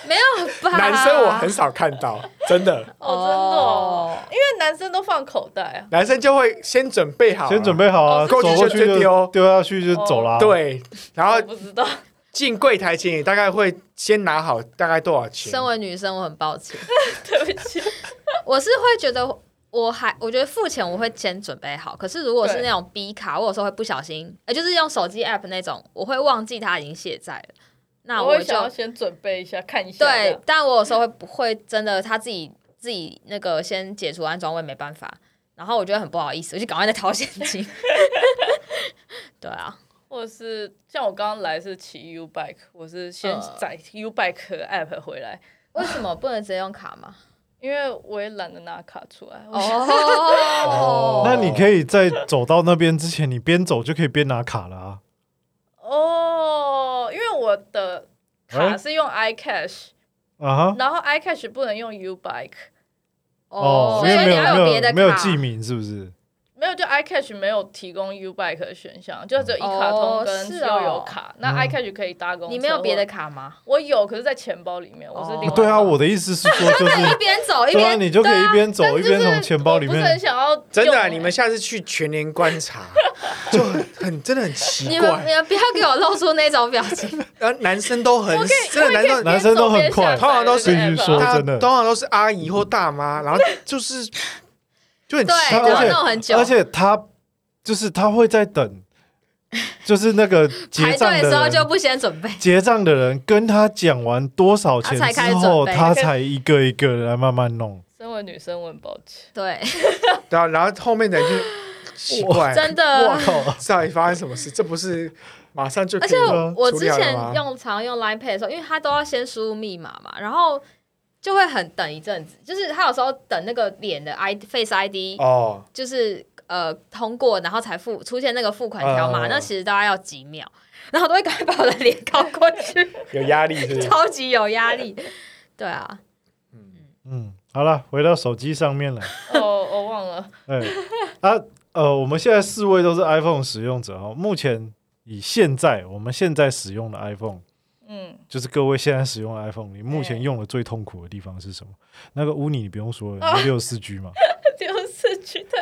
[SPEAKER 5] 没有吧？
[SPEAKER 6] 男生我很少看到，真的，
[SPEAKER 4] 哦，真的、哦，因为男生都放口袋啊。
[SPEAKER 6] 男生就会先准备好，
[SPEAKER 3] 先准，备好啊，
[SPEAKER 6] 哦
[SPEAKER 3] 走过去
[SPEAKER 6] 过去
[SPEAKER 3] 就
[SPEAKER 6] 就
[SPEAKER 3] 丢
[SPEAKER 6] 丢
[SPEAKER 3] 丢下去就走啦。，
[SPEAKER 6] 对，然后
[SPEAKER 4] 我不知道，
[SPEAKER 6] 进柜台前也大概会先拿好大概多少钱，
[SPEAKER 5] 身为女生，我很抱歉，
[SPEAKER 4] 对不起。
[SPEAKER 5] 我是会觉得。我还我觉得付钱我会先准备好，可是如果是
[SPEAKER 4] 对
[SPEAKER 5] 那种 B 卡，我有时候会不小心，呃，就是用手机 app 那种，我会忘记它已经卸载了， 那
[SPEAKER 4] 我会
[SPEAKER 5] 就
[SPEAKER 4] 想要先准备一下，看一下。这
[SPEAKER 5] 对
[SPEAKER 4] 样，，
[SPEAKER 5] 但我有时候会不会真的他自己自己那个先解除安装，我也没办法。然后我觉得很不好意思，我就赶快再掏现金。 对啊，
[SPEAKER 4] 或者是像我刚刚来是骑 U Bike，我是先
[SPEAKER 5] 呃
[SPEAKER 4] 载 U Bike 的 app 回来，
[SPEAKER 5] 为什么不能直接用卡 嘛？
[SPEAKER 4] 因为我也懒得拿卡出来。我
[SPEAKER 5] 哦，
[SPEAKER 3] 那你可以在走到那边之前，你边走就可以边拿卡了啊。
[SPEAKER 4] 哦，因为我的卡
[SPEAKER 3] 哎
[SPEAKER 4] 是用 iCash，、
[SPEAKER 3] 啊哈，
[SPEAKER 4] 然后 iCash 不能用 U Bike，
[SPEAKER 3] 哦，
[SPEAKER 5] 所
[SPEAKER 3] 因
[SPEAKER 5] 以
[SPEAKER 3] 为没
[SPEAKER 5] 你
[SPEAKER 3] 有
[SPEAKER 5] 要
[SPEAKER 3] 没
[SPEAKER 5] 别的
[SPEAKER 3] 有
[SPEAKER 5] 卡，
[SPEAKER 3] 没有记名是不是？
[SPEAKER 4] 没有，就 iCash 没有提供 U Bike 的选项，就只有一卡通
[SPEAKER 5] 哦
[SPEAKER 4] 跟
[SPEAKER 5] 是
[SPEAKER 4] 悠
[SPEAKER 5] 哦
[SPEAKER 4] 游卡。那 iCash 可以搭公车，
[SPEAKER 5] 你没有别的
[SPEAKER 4] 或？
[SPEAKER 5] 卡吗？
[SPEAKER 4] 我有，可是在钱包里面，我是
[SPEAKER 5] 哦
[SPEAKER 4] 另外
[SPEAKER 3] 对啊，
[SPEAKER 4] 买
[SPEAKER 3] 我的意思是说，就是
[SPEAKER 5] 一边走一
[SPEAKER 3] 对啊，
[SPEAKER 5] 边，
[SPEAKER 3] 你就可以一边
[SPEAKER 4] 但
[SPEAKER 5] 啊
[SPEAKER 3] 走一
[SPEAKER 4] 就
[SPEAKER 3] 边
[SPEAKER 4] 是
[SPEAKER 3] 从钱包里
[SPEAKER 4] 我不是很
[SPEAKER 3] 面。
[SPEAKER 4] 想要
[SPEAKER 6] 真的啊、
[SPEAKER 4] 用
[SPEAKER 6] 你们下次去全年观 察，就很很真的很奇
[SPEAKER 5] 你们你
[SPEAKER 6] 怪，
[SPEAKER 5] 们不要给我露出那种表 情。
[SPEAKER 6] 然后男生都很
[SPEAKER 4] 我可以
[SPEAKER 6] 真的男
[SPEAKER 4] 我
[SPEAKER 6] 生
[SPEAKER 4] 可以
[SPEAKER 3] 男生都很
[SPEAKER 4] 边走
[SPEAKER 3] 快
[SPEAKER 4] 边下载
[SPEAKER 6] 通常都
[SPEAKER 4] 这个
[SPEAKER 3] 是必须
[SPEAKER 4] app 啊
[SPEAKER 3] 说
[SPEAKER 6] 大家
[SPEAKER 3] 真的
[SPEAKER 6] 通常都是阿姨或大妈，然后就是就很奇
[SPEAKER 5] 对，
[SPEAKER 3] 他
[SPEAKER 6] 怪
[SPEAKER 5] 然后
[SPEAKER 3] 而且
[SPEAKER 5] 弄很久
[SPEAKER 3] 而，且他就是他会在等，就是那个结
[SPEAKER 5] 排
[SPEAKER 3] 账
[SPEAKER 5] 队
[SPEAKER 3] 的
[SPEAKER 5] 的时候就
[SPEAKER 3] 人，
[SPEAKER 5] 不先准备。
[SPEAKER 3] 结账的人跟他讲完多少钱
[SPEAKER 5] 他才开
[SPEAKER 3] 之
[SPEAKER 5] 始
[SPEAKER 3] 后，
[SPEAKER 5] 准备
[SPEAKER 3] 他才一个一个来慢慢弄。
[SPEAKER 4] 身为女生，我很抱歉。
[SPEAKER 5] 对，
[SPEAKER 6] 然后然后后面的人就奇怪，
[SPEAKER 5] 真的
[SPEAKER 6] 我。靠，到底发生什么事？这不是马上就
[SPEAKER 5] 而且
[SPEAKER 6] 可以
[SPEAKER 5] 我我
[SPEAKER 6] 处
[SPEAKER 5] 之
[SPEAKER 6] 理好了
[SPEAKER 5] 前
[SPEAKER 6] 吗
[SPEAKER 5] 用常用 Line Pay 的时候，因为它都要先输入密码嘛，然后就会很等一阵子，就是它有时候等那个脸的 I Face ID，、
[SPEAKER 6] 哦，
[SPEAKER 5] 就是呃通过，然后才付出现那个付款条码，
[SPEAKER 6] 嗯
[SPEAKER 5] 那其实大概要几秒， 然后我都会赶快把我的脸靠过去，
[SPEAKER 6] 有压力是不是？
[SPEAKER 5] 超级有压力。对啊，
[SPEAKER 3] 嗯，好了，回到手机上面了。
[SPEAKER 4] 哦，我忘了，
[SPEAKER 3] 哎，啊，呃，我们现在四位都是 iPhone 使用者哦。目前以现在我们现在使用的 iPhone，
[SPEAKER 4] 嗯，
[SPEAKER 3] 就是各位现在使用的 iPhone，你目前
[SPEAKER 4] 哎
[SPEAKER 3] 用的最痛苦的地方是什么？那个污泥你不用说 了，六四 G 嘛。
[SPEAKER 4] 丢失去对，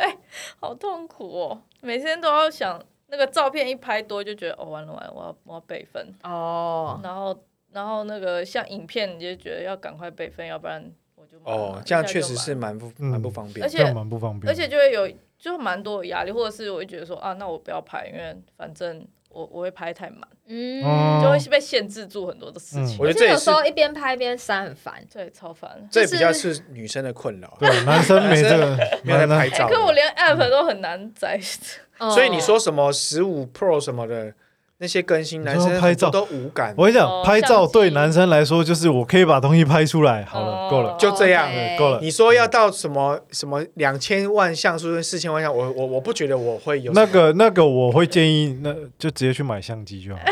[SPEAKER 4] 好痛苦哦，每天都要想那个照片一拍多就觉得哦完了完了，我要我要备份，
[SPEAKER 5] 哦，
[SPEAKER 4] 然后然后那个像影片你就觉得要赶快备份，要不然我就满了
[SPEAKER 6] 哦，这样
[SPEAKER 4] 一下就
[SPEAKER 6] 确实是
[SPEAKER 4] 满
[SPEAKER 6] 蛮
[SPEAKER 4] 了
[SPEAKER 6] 不
[SPEAKER 3] 嗯
[SPEAKER 6] 蛮不方便
[SPEAKER 4] 而
[SPEAKER 6] 的。
[SPEAKER 4] 且
[SPEAKER 3] 这样蛮不方便的。
[SPEAKER 4] 而且就会有就蛮多的压力，或者是我会觉得说啊，那我不要拍，因为反正我我会拍太满，
[SPEAKER 5] 嗯，
[SPEAKER 3] 嗯
[SPEAKER 4] 就会被限制住很多的事情，
[SPEAKER 6] 哦我觉得
[SPEAKER 5] 而且
[SPEAKER 6] 这也
[SPEAKER 5] 有
[SPEAKER 6] 是
[SPEAKER 5] 时候一边拍一边删很烦。
[SPEAKER 4] 对，超烦。
[SPEAKER 6] 这也
[SPEAKER 5] 就是
[SPEAKER 6] 比较是女生的困扰，
[SPEAKER 3] 对男生没这个，
[SPEAKER 6] 没有在
[SPEAKER 3] 男
[SPEAKER 6] 拍
[SPEAKER 4] 哎、
[SPEAKER 6] 照
[SPEAKER 4] 可我
[SPEAKER 6] 的。
[SPEAKER 4] 连 app 都很难载，
[SPEAKER 6] 所以你
[SPEAKER 5] 哦
[SPEAKER 6] 说什么十五 Pro 什么的那些更新，
[SPEAKER 3] 你说
[SPEAKER 6] 男生
[SPEAKER 3] 拍照
[SPEAKER 6] 都无感，
[SPEAKER 3] 我跟你讲，
[SPEAKER 4] 哦
[SPEAKER 3] 拍照
[SPEAKER 4] 相机
[SPEAKER 3] 对男生来说就是我可以把东西拍出来，好了，
[SPEAKER 4] 哦
[SPEAKER 3] 够了，
[SPEAKER 6] 就这样。
[SPEAKER 5] OK
[SPEAKER 3] 嗯对够了。
[SPEAKER 6] 你说要到什么什么两千万像素跟四千万像，我我我不觉得我会有什么
[SPEAKER 3] 那个那个，我会建议，那就直接去买相机就好了，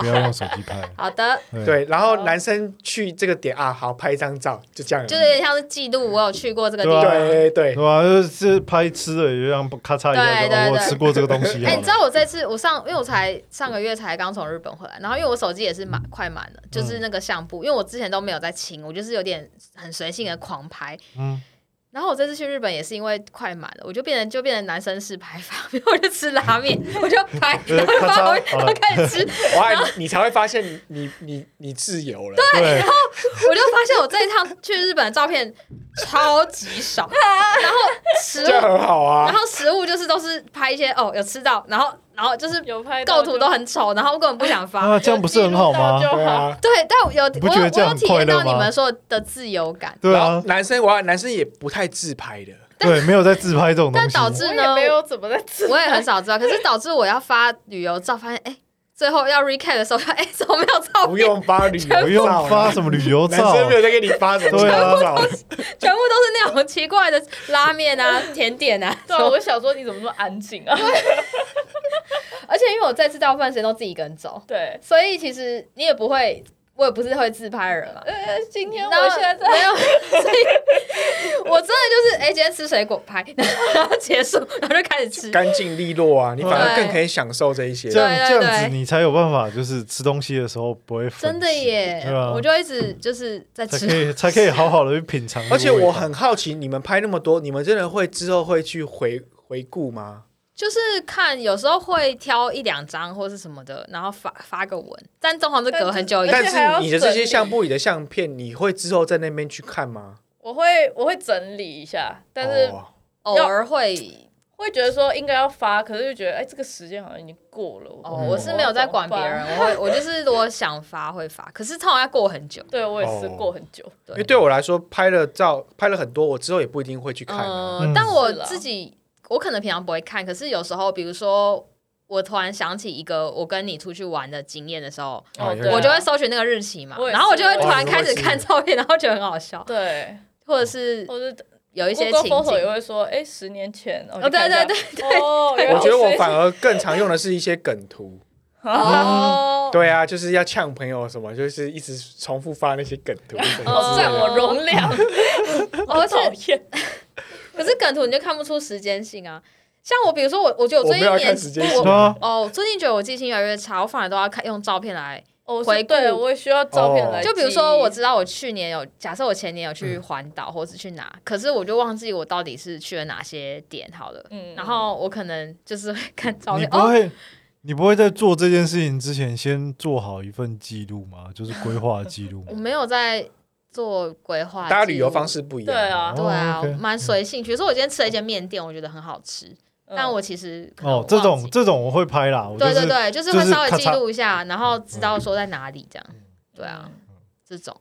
[SPEAKER 3] 不要用手机拍。
[SPEAKER 5] 好的，
[SPEAKER 6] 对。然后男生去这个点啊，好拍一张照，就这样。
[SPEAKER 5] 就是有点像是记录我有去过这个地方。
[SPEAKER 6] 对对
[SPEAKER 3] 对啊吧？就是拍吃的，也就让咔嚓一下
[SPEAKER 5] 对
[SPEAKER 3] 就，哦
[SPEAKER 5] 对
[SPEAKER 3] 我
[SPEAKER 5] 对
[SPEAKER 3] 吃过这个东西。
[SPEAKER 5] 哎、
[SPEAKER 3] 好
[SPEAKER 5] 你知
[SPEAKER 3] 了
[SPEAKER 5] 道我这次我上，因为我才上个月才刚从日本回来，然后因为我手机也是满快满
[SPEAKER 3] 嗯
[SPEAKER 5] 了，就是那个相簿，因为我之前都没有在清，我就是有点很随性的狂拍。
[SPEAKER 3] 嗯，
[SPEAKER 5] 然后我这次去日本也是因为快满了，我就变成就变成男生式拍法， 比如我就吃拉面，我就拍，
[SPEAKER 3] 呃
[SPEAKER 5] 然后
[SPEAKER 3] 咔
[SPEAKER 5] 把我
[SPEAKER 3] 嚓，好
[SPEAKER 5] 我
[SPEAKER 3] 了，
[SPEAKER 5] 开始吃，
[SPEAKER 6] 哇，你你才会发现你你你你自由了。
[SPEAKER 3] 对，
[SPEAKER 5] 我就发现我这一趟去日本的照片超 级少，然后食
[SPEAKER 6] 这样
[SPEAKER 5] 物，
[SPEAKER 6] 很好
[SPEAKER 5] 然
[SPEAKER 6] 啊。
[SPEAKER 5] 后食物就是都是拍一些哦有吃到，然后然后就是
[SPEAKER 4] 有拍到
[SPEAKER 5] 构图都很丑，然后我根本不想发。
[SPEAKER 3] 啊，这样不是很好吗
[SPEAKER 4] 记？录到
[SPEAKER 6] 对
[SPEAKER 4] 就好
[SPEAKER 6] 啊，
[SPEAKER 5] 对，但我有
[SPEAKER 3] 你不
[SPEAKER 5] 我
[SPEAKER 3] 觉
[SPEAKER 5] 有
[SPEAKER 3] 得这
[SPEAKER 5] 我
[SPEAKER 3] 样
[SPEAKER 5] 有
[SPEAKER 3] 很
[SPEAKER 5] 体
[SPEAKER 3] 快
[SPEAKER 5] 验
[SPEAKER 3] 乐
[SPEAKER 5] 到你
[SPEAKER 3] 吗
[SPEAKER 5] 们说的自由感，
[SPEAKER 3] 对
[SPEAKER 6] 然
[SPEAKER 3] 啊
[SPEAKER 6] 后，男生我男生也不太自拍的，
[SPEAKER 3] 对，没有在自拍这种东
[SPEAKER 5] 但
[SPEAKER 3] 西。
[SPEAKER 5] 导
[SPEAKER 4] 我
[SPEAKER 5] 致呢
[SPEAKER 4] 也，没有怎么在吃。
[SPEAKER 5] 我也很少知道。可是导致我要发旅游照，发现哎、最后要 recap 的时候，哎、怎么没有照
[SPEAKER 6] 不
[SPEAKER 5] 片？
[SPEAKER 6] 用发旅游照啊，
[SPEAKER 3] 不用发什么旅游
[SPEAKER 6] 男
[SPEAKER 3] 照，
[SPEAKER 6] 生没有在给你发什么
[SPEAKER 3] 对啊
[SPEAKER 6] 照啊，
[SPEAKER 5] 全部都是那种奇怪的拉面啊、甜点啊。
[SPEAKER 4] 对啊，我想说你怎么那么安静 啊？
[SPEAKER 5] 而且因为我这次大部分时间都自己一个人走，
[SPEAKER 4] 对，
[SPEAKER 5] 所以其实你也不会，我也不是会自拍的人啊嘛。
[SPEAKER 4] 呃，今天
[SPEAKER 5] 然后
[SPEAKER 4] 我现在在
[SPEAKER 5] 没有，所以 我真的就是哎、今天吃水果拍， 然后结束，然后就开始吃。
[SPEAKER 6] 干净利落啊，你反而
[SPEAKER 5] 对
[SPEAKER 6] 更可以享受这一些
[SPEAKER 3] 这。样
[SPEAKER 5] 对对
[SPEAKER 3] 这
[SPEAKER 5] 对
[SPEAKER 3] 样子你才有办法，就是吃东西的时候不会分
[SPEAKER 5] 真的
[SPEAKER 3] 心，
[SPEAKER 5] 耶
[SPEAKER 3] 对啊，
[SPEAKER 5] 我就一直就是在
[SPEAKER 3] 才
[SPEAKER 5] 吃
[SPEAKER 3] 可以才可以好好的去品尝这
[SPEAKER 6] 而
[SPEAKER 3] 个味
[SPEAKER 6] 且
[SPEAKER 3] 道。
[SPEAKER 6] 我很好奇，你们拍那么多，你们真的会之后会去回回顾吗？
[SPEAKER 5] 就是看，有时候会挑一两张或是什么的，然后发发个文，但通常都隔很久以
[SPEAKER 4] 而且
[SPEAKER 6] 但
[SPEAKER 5] 前。
[SPEAKER 6] 是
[SPEAKER 4] 还要
[SPEAKER 6] 你的这
[SPEAKER 4] 整
[SPEAKER 6] 些
[SPEAKER 4] 理
[SPEAKER 6] 相簿里的相片，你会之后在那边去看吗？
[SPEAKER 4] 我会我会整理一下，但是
[SPEAKER 6] 哦
[SPEAKER 5] 偶尔会
[SPEAKER 4] 会觉得说应该要发，可是就觉得哎，这个时间好像已经过了。
[SPEAKER 3] 嗯
[SPEAKER 5] 哦，我是没有在管别人，。我
[SPEAKER 4] 哦
[SPEAKER 5] 会我就是如果想发会发，可是通常要过很久。
[SPEAKER 4] 对，我也是
[SPEAKER 6] 哦
[SPEAKER 4] 过很久。
[SPEAKER 6] 因为对我来说，拍了照拍了很多，我之后也不一定会去看啊。
[SPEAKER 3] 嗯，
[SPEAKER 5] 嗯但我
[SPEAKER 4] 是啦
[SPEAKER 5] 自己我可能平常不会看，可是有时候比如说我突然想起一个我跟你出去玩的经验的时候，
[SPEAKER 6] 哦
[SPEAKER 4] 哦，
[SPEAKER 6] 对
[SPEAKER 4] 对，
[SPEAKER 6] 啊
[SPEAKER 5] 我就会搜寻那个日期嘛
[SPEAKER 4] 我，也是
[SPEAKER 5] 然后我就会突
[SPEAKER 6] 我
[SPEAKER 5] 然
[SPEAKER 6] 也是
[SPEAKER 5] 开始看照片，然后觉得很好笑，
[SPEAKER 4] 对，
[SPEAKER 5] 或者是
[SPEAKER 4] 或者
[SPEAKER 5] 有一些
[SPEAKER 4] Google
[SPEAKER 5] 情
[SPEAKER 4] Photo 也
[SPEAKER 5] 景。
[SPEAKER 4] 会说，哎，十年前。
[SPEAKER 5] 哦，对对对，
[SPEAKER 4] 对，哦，原来
[SPEAKER 6] 我觉得我
[SPEAKER 4] 是
[SPEAKER 6] 反而更常用的是一些梗图。
[SPEAKER 5] 哦，
[SPEAKER 6] 对啊，就是要呛朋友什么，就是一直重复发那些梗图。什么
[SPEAKER 5] 哦
[SPEAKER 6] 之类
[SPEAKER 4] 占
[SPEAKER 6] 的
[SPEAKER 4] 我容量，
[SPEAKER 5] 而且 哦
[SPEAKER 4] 讨厌。
[SPEAKER 5] 可是梗图你就看不出时间性啊。像我，比如说我，我觉得我
[SPEAKER 6] 我
[SPEAKER 5] 最
[SPEAKER 6] 没
[SPEAKER 5] 近
[SPEAKER 6] 有要看
[SPEAKER 5] 年
[SPEAKER 6] 时间
[SPEAKER 5] 我
[SPEAKER 3] 对啊，
[SPEAKER 5] 哦，我最近觉得我记性越来越差，我反而都要看用照片来。
[SPEAKER 4] 哦，
[SPEAKER 5] 回
[SPEAKER 4] 是对，
[SPEAKER 5] 顾
[SPEAKER 4] 我也需要照片
[SPEAKER 6] 哦
[SPEAKER 4] 来记。
[SPEAKER 5] 就比如说，我知道我去年有，假设我前年有去环
[SPEAKER 4] 嗯
[SPEAKER 5] 岛或是去哪，可是我就忘记我到底是去了哪些点好了。
[SPEAKER 4] 嗯
[SPEAKER 5] 然后我可能就是会看照
[SPEAKER 3] 你
[SPEAKER 5] 片
[SPEAKER 3] 不
[SPEAKER 5] 哦，
[SPEAKER 3] 会，你不会在做这件事情之前先做好一份记录吗？就是规划记录
[SPEAKER 5] 我没有在做规划，
[SPEAKER 6] 大家旅游方。式不一样。
[SPEAKER 4] 对，啊，
[SPEAKER 5] 对啊
[SPEAKER 3] 哦，OK，
[SPEAKER 5] 蛮随性。比如说，我今天吃了一间面店，我觉得很好吃，
[SPEAKER 4] 嗯
[SPEAKER 5] 但我其实可能
[SPEAKER 3] 哦，这
[SPEAKER 5] 忘
[SPEAKER 3] 种
[SPEAKER 5] 记
[SPEAKER 3] 这种我会拍啦，我就
[SPEAKER 5] 对
[SPEAKER 3] 是
[SPEAKER 5] 对对，就是会
[SPEAKER 3] 就是
[SPEAKER 5] 稍微
[SPEAKER 3] 咔
[SPEAKER 5] 记
[SPEAKER 3] 嚓嗯
[SPEAKER 5] 录一下，然后知道说在哪里这样。对啊，
[SPEAKER 4] 嗯
[SPEAKER 5] 这种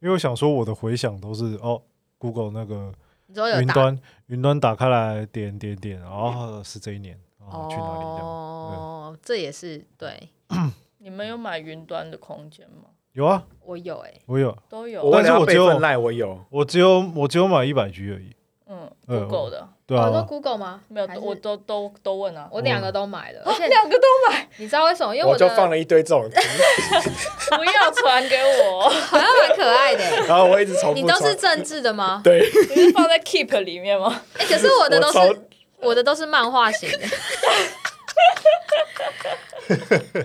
[SPEAKER 3] 因为我想说我的回想都是哦，Google 那个
[SPEAKER 5] 你都有
[SPEAKER 3] 云
[SPEAKER 5] 打
[SPEAKER 3] 端云端打开来点点点，然后是这一年，然后去哪里这样？嗯
[SPEAKER 5] 哦，这也是对
[SPEAKER 4] 你们有买云端的空间吗？
[SPEAKER 3] 有啊，
[SPEAKER 5] 我有哎，
[SPEAKER 3] 我有，
[SPEAKER 4] 都
[SPEAKER 6] 我
[SPEAKER 4] 有，
[SPEAKER 6] 为
[SPEAKER 3] 但
[SPEAKER 6] 了
[SPEAKER 3] 是
[SPEAKER 6] 要
[SPEAKER 3] 我
[SPEAKER 6] 备
[SPEAKER 3] 只有
[SPEAKER 6] 份赖，我有。
[SPEAKER 3] 我只有我只有买一百 G 而已，
[SPEAKER 4] 嗯
[SPEAKER 3] 呃
[SPEAKER 4] ，Google 的
[SPEAKER 3] 对
[SPEAKER 5] 哦，都
[SPEAKER 3] 啊，
[SPEAKER 5] Google 吗？
[SPEAKER 4] 没有
[SPEAKER 5] 还，是
[SPEAKER 4] 我都都都问啊，
[SPEAKER 5] 我两个都买了，而且
[SPEAKER 4] 两个都
[SPEAKER 5] 你知道为什么？因为
[SPEAKER 6] 我
[SPEAKER 5] 的
[SPEAKER 6] 就放了一堆这种，
[SPEAKER 4] 不要传给我，
[SPEAKER 5] 好像蛮可爱的欸。
[SPEAKER 6] 然后我一直重
[SPEAKER 5] 你
[SPEAKER 6] 复
[SPEAKER 5] 都是
[SPEAKER 6] 传。
[SPEAKER 5] 政治的 吗？
[SPEAKER 6] 对，
[SPEAKER 4] 你是放在 Keep 里面吗？
[SPEAKER 5] 哎，可是我的都
[SPEAKER 6] 我超
[SPEAKER 5] 是我的都是漫画型的。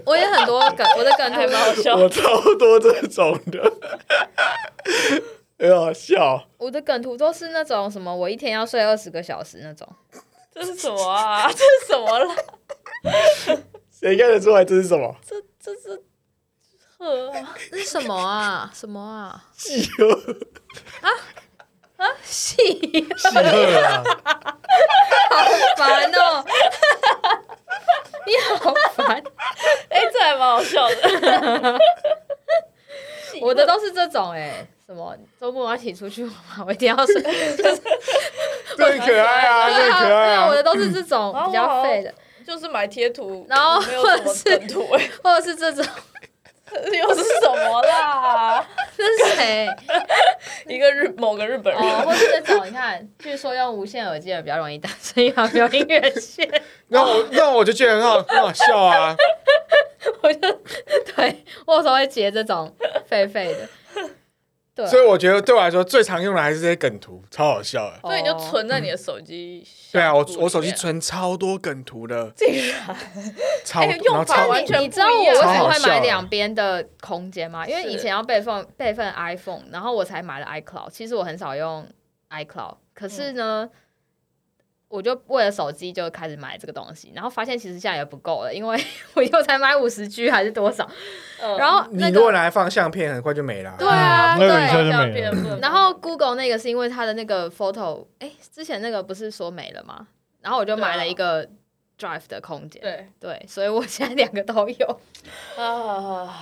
[SPEAKER 5] 我也很多梗，我的梗
[SPEAKER 4] 还
[SPEAKER 5] 图
[SPEAKER 4] 蛮好
[SPEAKER 5] 都，
[SPEAKER 4] 笑。
[SPEAKER 6] 我超多这种的， 很好笑。
[SPEAKER 5] 我的梗图都是那种什么，我一天要睡二十个小时那种。
[SPEAKER 4] 这是什么啊？ 这是什么啦？
[SPEAKER 6] 谁看得出来这是什 么？
[SPEAKER 4] 这这是鹤啊？
[SPEAKER 5] 那是 什么啊？什么啊？
[SPEAKER 6] 企鹅，
[SPEAKER 5] 戏
[SPEAKER 3] 喜 乐啊，
[SPEAKER 5] 烦哦！ 你好 烦，
[SPEAKER 4] 哎，这还蛮好笑的。
[SPEAKER 5] 我的都是这种哎、什么周末我要一起出去玩，我一定 要睡。
[SPEAKER 6] 这很可爱啊，这
[SPEAKER 5] 对
[SPEAKER 6] 很可爱
[SPEAKER 5] 啊，对啊，我
[SPEAKER 6] 啊。
[SPEAKER 5] 的都是这种
[SPEAKER 4] 嗯
[SPEAKER 5] 比较废的，
[SPEAKER 4] 就是买贴图，
[SPEAKER 5] 然后
[SPEAKER 4] 没有什么梗图，哎，
[SPEAKER 5] 或者是这种，
[SPEAKER 4] 这 又是什么啦？
[SPEAKER 5] 这是谁？
[SPEAKER 4] 一个日某个日 本人，
[SPEAKER 5] 哦，或是这种，你看，据说用无线耳机的比较容易打声音，没有音乐线。
[SPEAKER 6] 那我那我就觉得很好很好笑啊。
[SPEAKER 5] 我就对我有时候会截这种废废的，对啊，
[SPEAKER 6] 所以我觉得对我来说最常用的还是这些梗图，超好笑的。
[SPEAKER 4] 所以你就
[SPEAKER 5] 哦
[SPEAKER 4] 存在你的手机。
[SPEAKER 6] 对啊，我我手机。存超多梗图的，
[SPEAKER 4] 竟然
[SPEAKER 6] 超
[SPEAKER 4] 哎用
[SPEAKER 6] 然后
[SPEAKER 4] 法
[SPEAKER 6] 超
[SPEAKER 4] 完全
[SPEAKER 5] 你知道我为什么会
[SPEAKER 6] 超好笑
[SPEAKER 5] 买
[SPEAKER 6] 的
[SPEAKER 5] 两边的空间吗？因为
[SPEAKER 4] 是
[SPEAKER 5] 以前要备份备份 iPhone，然后我才买了 iCloud。其实我很少用 iCloud，可是呢，我就为了手机就开始买这个东西，然后发现其实现在也不够了，因为 我又才买五十 G 还是多少，
[SPEAKER 4] 嗯
[SPEAKER 5] 然后
[SPEAKER 6] 你
[SPEAKER 5] 那
[SPEAKER 6] 如果
[SPEAKER 5] 个。
[SPEAKER 6] 拿来嗯放相片，很快就没了。
[SPEAKER 5] 对啊，
[SPEAKER 3] 那个一下
[SPEAKER 5] 对，
[SPEAKER 3] 就
[SPEAKER 4] 相
[SPEAKER 3] 没
[SPEAKER 4] 片
[SPEAKER 3] 了。
[SPEAKER 4] 不能
[SPEAKER 5] 然后 Google 那个是因为它的那个 photo，哎、之前那个不是说没了吗？然后我就买了一个 Drive 的空间，
[SPEAKER 4] 对
[SPEAKER 5] 对，所以我现在两个都有，
[SPEAKER 4] 啊，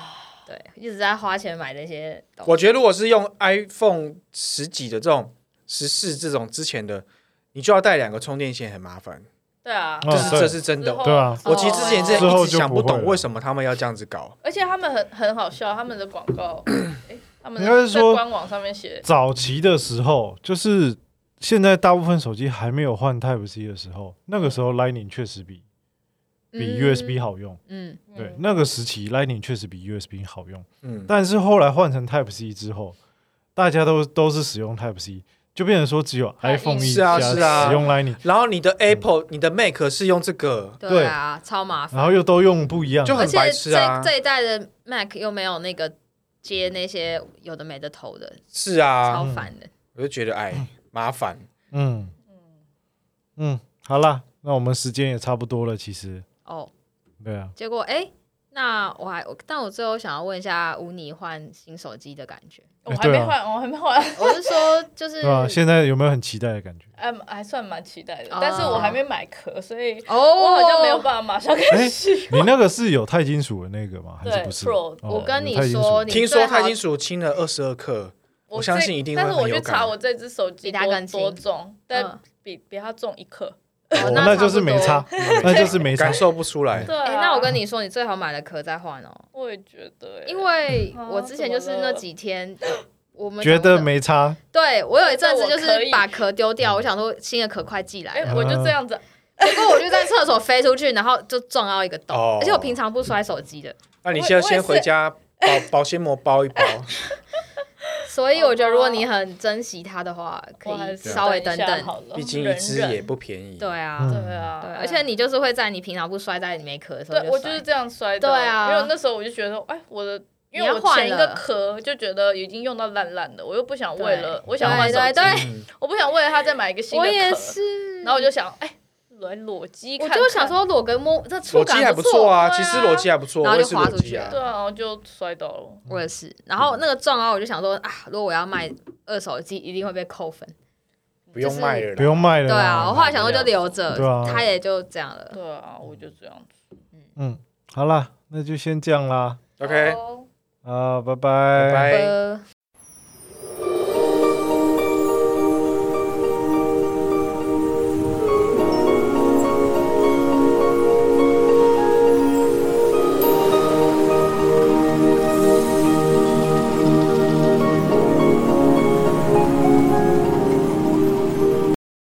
[SPEAKER 5] 对，一直在花钱买那些东西。
[SPEAKER 6] 我觉得如果是用 iPhone 十几的这种十四这种之前的，你就要带两个充电线，很麻烦。
[SPEAKER 4] 对啊，
[SPEAKER 3] 嗯
[SPEAKER 6] 这
[SPEAKER 3] 对
[SPEAKER 6] 是这是真的
[SPEAKER 4] 之。后
[SPEAKER 3] 对啊
[SPEAKER 6] 我其实之前
[SPEAKER 5] 之
[SPEAKER 6] 真的
[SPEAKER 3] 后就
[SPEAKER 6] 一直想不
[SPEAKER 3] 不会
[SPEAKER 6] 懂
[SPEAKER 3] 了
[SPEAKER 6] 为什么他们要这样子搞。
[SPEAKER 4] 而且他们很很好笑，他们的广 告，哎，他们
[SPEAKER 3] 应该是
[SPEAKER 4] 在
[SPEAKER 3] 说
[SPEAKER 4] 官网上面写，
[SPEAKER 3] 早期的时候，就是现在大部分手机还没有换 Type C 的时候，那个时候 Lightning 确实比比 USB 好用。
[SPEAKER 5] 嗯，
[SPEAKER 3] 对
[SPEAKER 4] 嗯，
[SPEAKER 3] 那个时期 Lightning 确实比 USB 好用，
[SPEAKER 6] 嗯，
[SPEAKER 3] 但是后来换成 Type C 之后，大家都都是使用 Type C，就变成说只有
[SPEAKER 4] 它
[SPEAKER 3] iPhone 一
[SPEAKER 6] 是啊
[SPEAKER 3] 家
[SPEAKER 6] 是啊
[SPEAKER 3] 使用 Lightning，
[SPEAKER 6] 然后你的
[SPEAKER 3] 嗯
[SPEAKER 6] Apple、你的 Mac 是用这个，
[SPEAKER 5] 嗯对啊，超麻烦。
[SPEAKER 3] 然后又都用不一样
[SPEAKER 6] 就
[SPEAKER 3] 的。
[SPEAKER 5] 而
[SPEAKER 6] 很
[SPEAKER 5] 且
[SPEAKER 6] 白痴
[SPEAKER 5] 这、
[SPEAKER 6] 啊
[SPEAKER 5] 这一代的 Mac 又没有那个接那些有的没的头的，
[SPEAKER 6] 是啊
[SPEAKER 5] 超，烦的。
[SPEAKER 6] 我就觉得哎麻烦。
[SPEAKER 3] 嗯嗯，好啦，那我们时间也差不多了，其实
[SPEAKER 5] 哦，
[SPEAKER 3] 对啊，
[SPEAKER 5] 结果哎、诶那我还，我但我最后想要问一下吴妮换新手机的感觉。
[SPEAKER 6] 哎
[SPEAKER 4] 我还
[SPEAKER 6] 啊
[SPEAKER 4] 没换，我还没换，
[SPEAKER 5] 我是说，就是
[SPEAKER 3] 对啊，现在有没有很期待的 感觉？
[SPEAKER 4] 哎，还算蛮期待的
[SPEAKER 5] 哦，
[SPEAKER 4] 但是我还没买壳，所以
[SPEAKER 5] 哦，
[SPEAKER 4] 我
[SPEAKER 5] 我
[SPEAKER 4] 好像没有办法马上开
[SPEAKER 6] 哎
[SPEAKER 4] 始。
[SPEAKER 3] 你那个是有钛金属的那个吗？还是
[SPEAKER 4] 对
[SPEAKER 3] 不是？
[SPEAKER 4] ，Pro
[SPEAKER 3] 哦
[SPEAKER 5] 我跟你
[SPEAKER 3] 有钛金属
[SPEAKER 5] 说你
[SPEAKER 6] 听说
[SPEAKER 5] 最好
[SPEAKER 6] 钛金属轻了二十二克，我相
[SPEAKER 4] 这
[SPEAKER 6] 信一定会
[SPEAKER 4] 但是
[SPEAKER 6] 很
[SPEAKER 4] 我
[SPEAKER 6] 有
[SPEAKER 4] 去
[SPEAKER 6] 感
[SPEAKER 4] 查我这只手机
[SPEAKER 5] 比它
[SPEAKER 4] 多
[SPEAKER 5] 更轻
[SPEAKER 4] 多重，但
[SPEAKER 5] 嗯
[SPEAKER 4] 比比它重一克。
[SPEAKER 3] 哦
[SPEAKER 5] 哦
[SPEAKER 3] 那就是没差， 那就是没差
[SPEAKER 6] 感。受不出来。
[SPEAKER 4] 对啊，
[SPEAKER 5] 哎、那我跟你说，你最好买了壳再换哦，
[SPEAKER 4] 我也觉得欸，
[SPEAKER 5] 因
[SPEAKER 6] 嗯
[SPEAKER 5] 为
[SPEAKER 4] 啊
[SPEAKER 5] 我之前就是那几天，呃我们
[SPEAKER 3] 觉
[SPEAKER 5] 讲
[SPEAKER 3] 得
[SPEAKER 5] 的，
[SPEAKER 3] 没差，
[SPEAKER 5] 对我有一阵子就
[SPEAKER 4] 觉得我可
[SPEAKER 5] 是
[SPEAKER 4] 以
[SPEAKER 5] 把壳丢掉，我想说新的壳快寄来
[SPEAKER 4] 哎，
[SPEAKER 5] 了，
[SPEAKER 4] 我就这样子，
[SPEAKER 5] 结果我就在厕所飞出去，然后就撞到一个洞，
[SPEAKER 6] 哦
[SPEAKER 5] 而且我平常不摔手机的，
[SPEAKER 6] 那你现在先回家保保鲜膜包一包，
[SPEAKER 5] 所以我觉得如果你很珍惜它的话，可
[SPEAKER 4] 我还
[SPEAKER 5] 以
[SPEAKER 4] 是
[SPEAKER 5] 稍微等
[SPEAKER 4] 一下
[SPEAKER 5] 等。
[SPEAKER 4] 好了，
[SPEAKER 6] 毕竟一
[SPEAKER 4] 忍
[SPEAKER 6] 只
[SPEAKER 4] 忍
[SPEAKER 6] 也不便宜。
[SPEAKER 5] 对啊，
[SPEAKER 3] 嗯
[SPEAKER 5] 对
[SPEAKER 4] 对啊，
[SPEAKER 5] 对，而且你就是会在你平常不摔，在你没壳的时候
[SPEAKER 4] 对我就
[SPEAKER 5] 摔
[SPEAKER 4] 是这样摔的，
[SPEAKER 5] 对啊
[SPEAKER 4] 因为我那时候我就觉得，哎，我的。因
[SPEAKER 5] 你
[SPEAKER 4] 为
[SPEAKER 5] 要
[SPEAKER 4] 我
[SPEAKER 5] 换
[SPEAKER 4] 前一个
[SPEAKER 5] 了
[SPEAKER 4] 壳就觉得已经用到烂烂的，我又不想为
[SPEAKER 5] 对
[SPEAKER 4] 了我想换
[SPEAKER 5] 对
[SPEAKER 4] 手机
[SPEAKER 5] 对对，
[SPEAKER 6] 嗯，
[SPEAKER 4] 我不想为了它再买一个新
[SPEAKER 5] 我
[SPEAKER 4] 的壳，
[SPEAKER 5] 也是。
[SPEAKER 4] 然后我就想，哎，来裸机看
[SPEAKER 5] 我
[SPEAKER 4] 看，
[SPEAKER 5] 就想说裸个摸，这
[SPEAKER 6] 裸
[SPEAKER 5] 触
[SPEAKER 6] 机
[SPEAKER 5] 感
[SPEAKER 6] 还不错啊，
[SPEAKER 4] 对啊
[SPEAKER 6] 其实裸机还不错，
[SPEAKER 5] 然
[SPEAKER 6] 我
[SPEAKER 5] 后
[SPEAKER 6] 也
[SPEAKER 5] 就是滑
[SPEAKER 6] 裸
[SPEAKER 5] 出
[SPEAKER 6] 机
[SPEAKER 5] 去
[SPEAKER 6] 啊
[SPEAKER 5] 了。
[SPEAKER 4] 对啊，然后就摔倒了。
[SPEAKER 5] 我也是。然后那个撞啊，我就想说啊，如果我要卖二手机，一定会被扣分。
[SPEAKER 6] 不用卖了啦，
[SPEAKER 3] 不用卖了
[SPEAKER 5] 对
[SPEAKER 3] 啦。
[SPEAKER 5] 啊，我后来想说就留
[SPEAKER 3] 对啊
[SPEAKER 5] 着，它也就这样了。
[SPEAKER 4] 对啊，我就这样子。
[SPEAKER 3] 嗯，好啦，那就先这样啦。
[SPEAKER 6] OK，
[SPEAKER 4] 好
[SPEAKER 3] 啊，拜
[SPEAKER 6] 拜拜。
[SPEAKER 5] 呃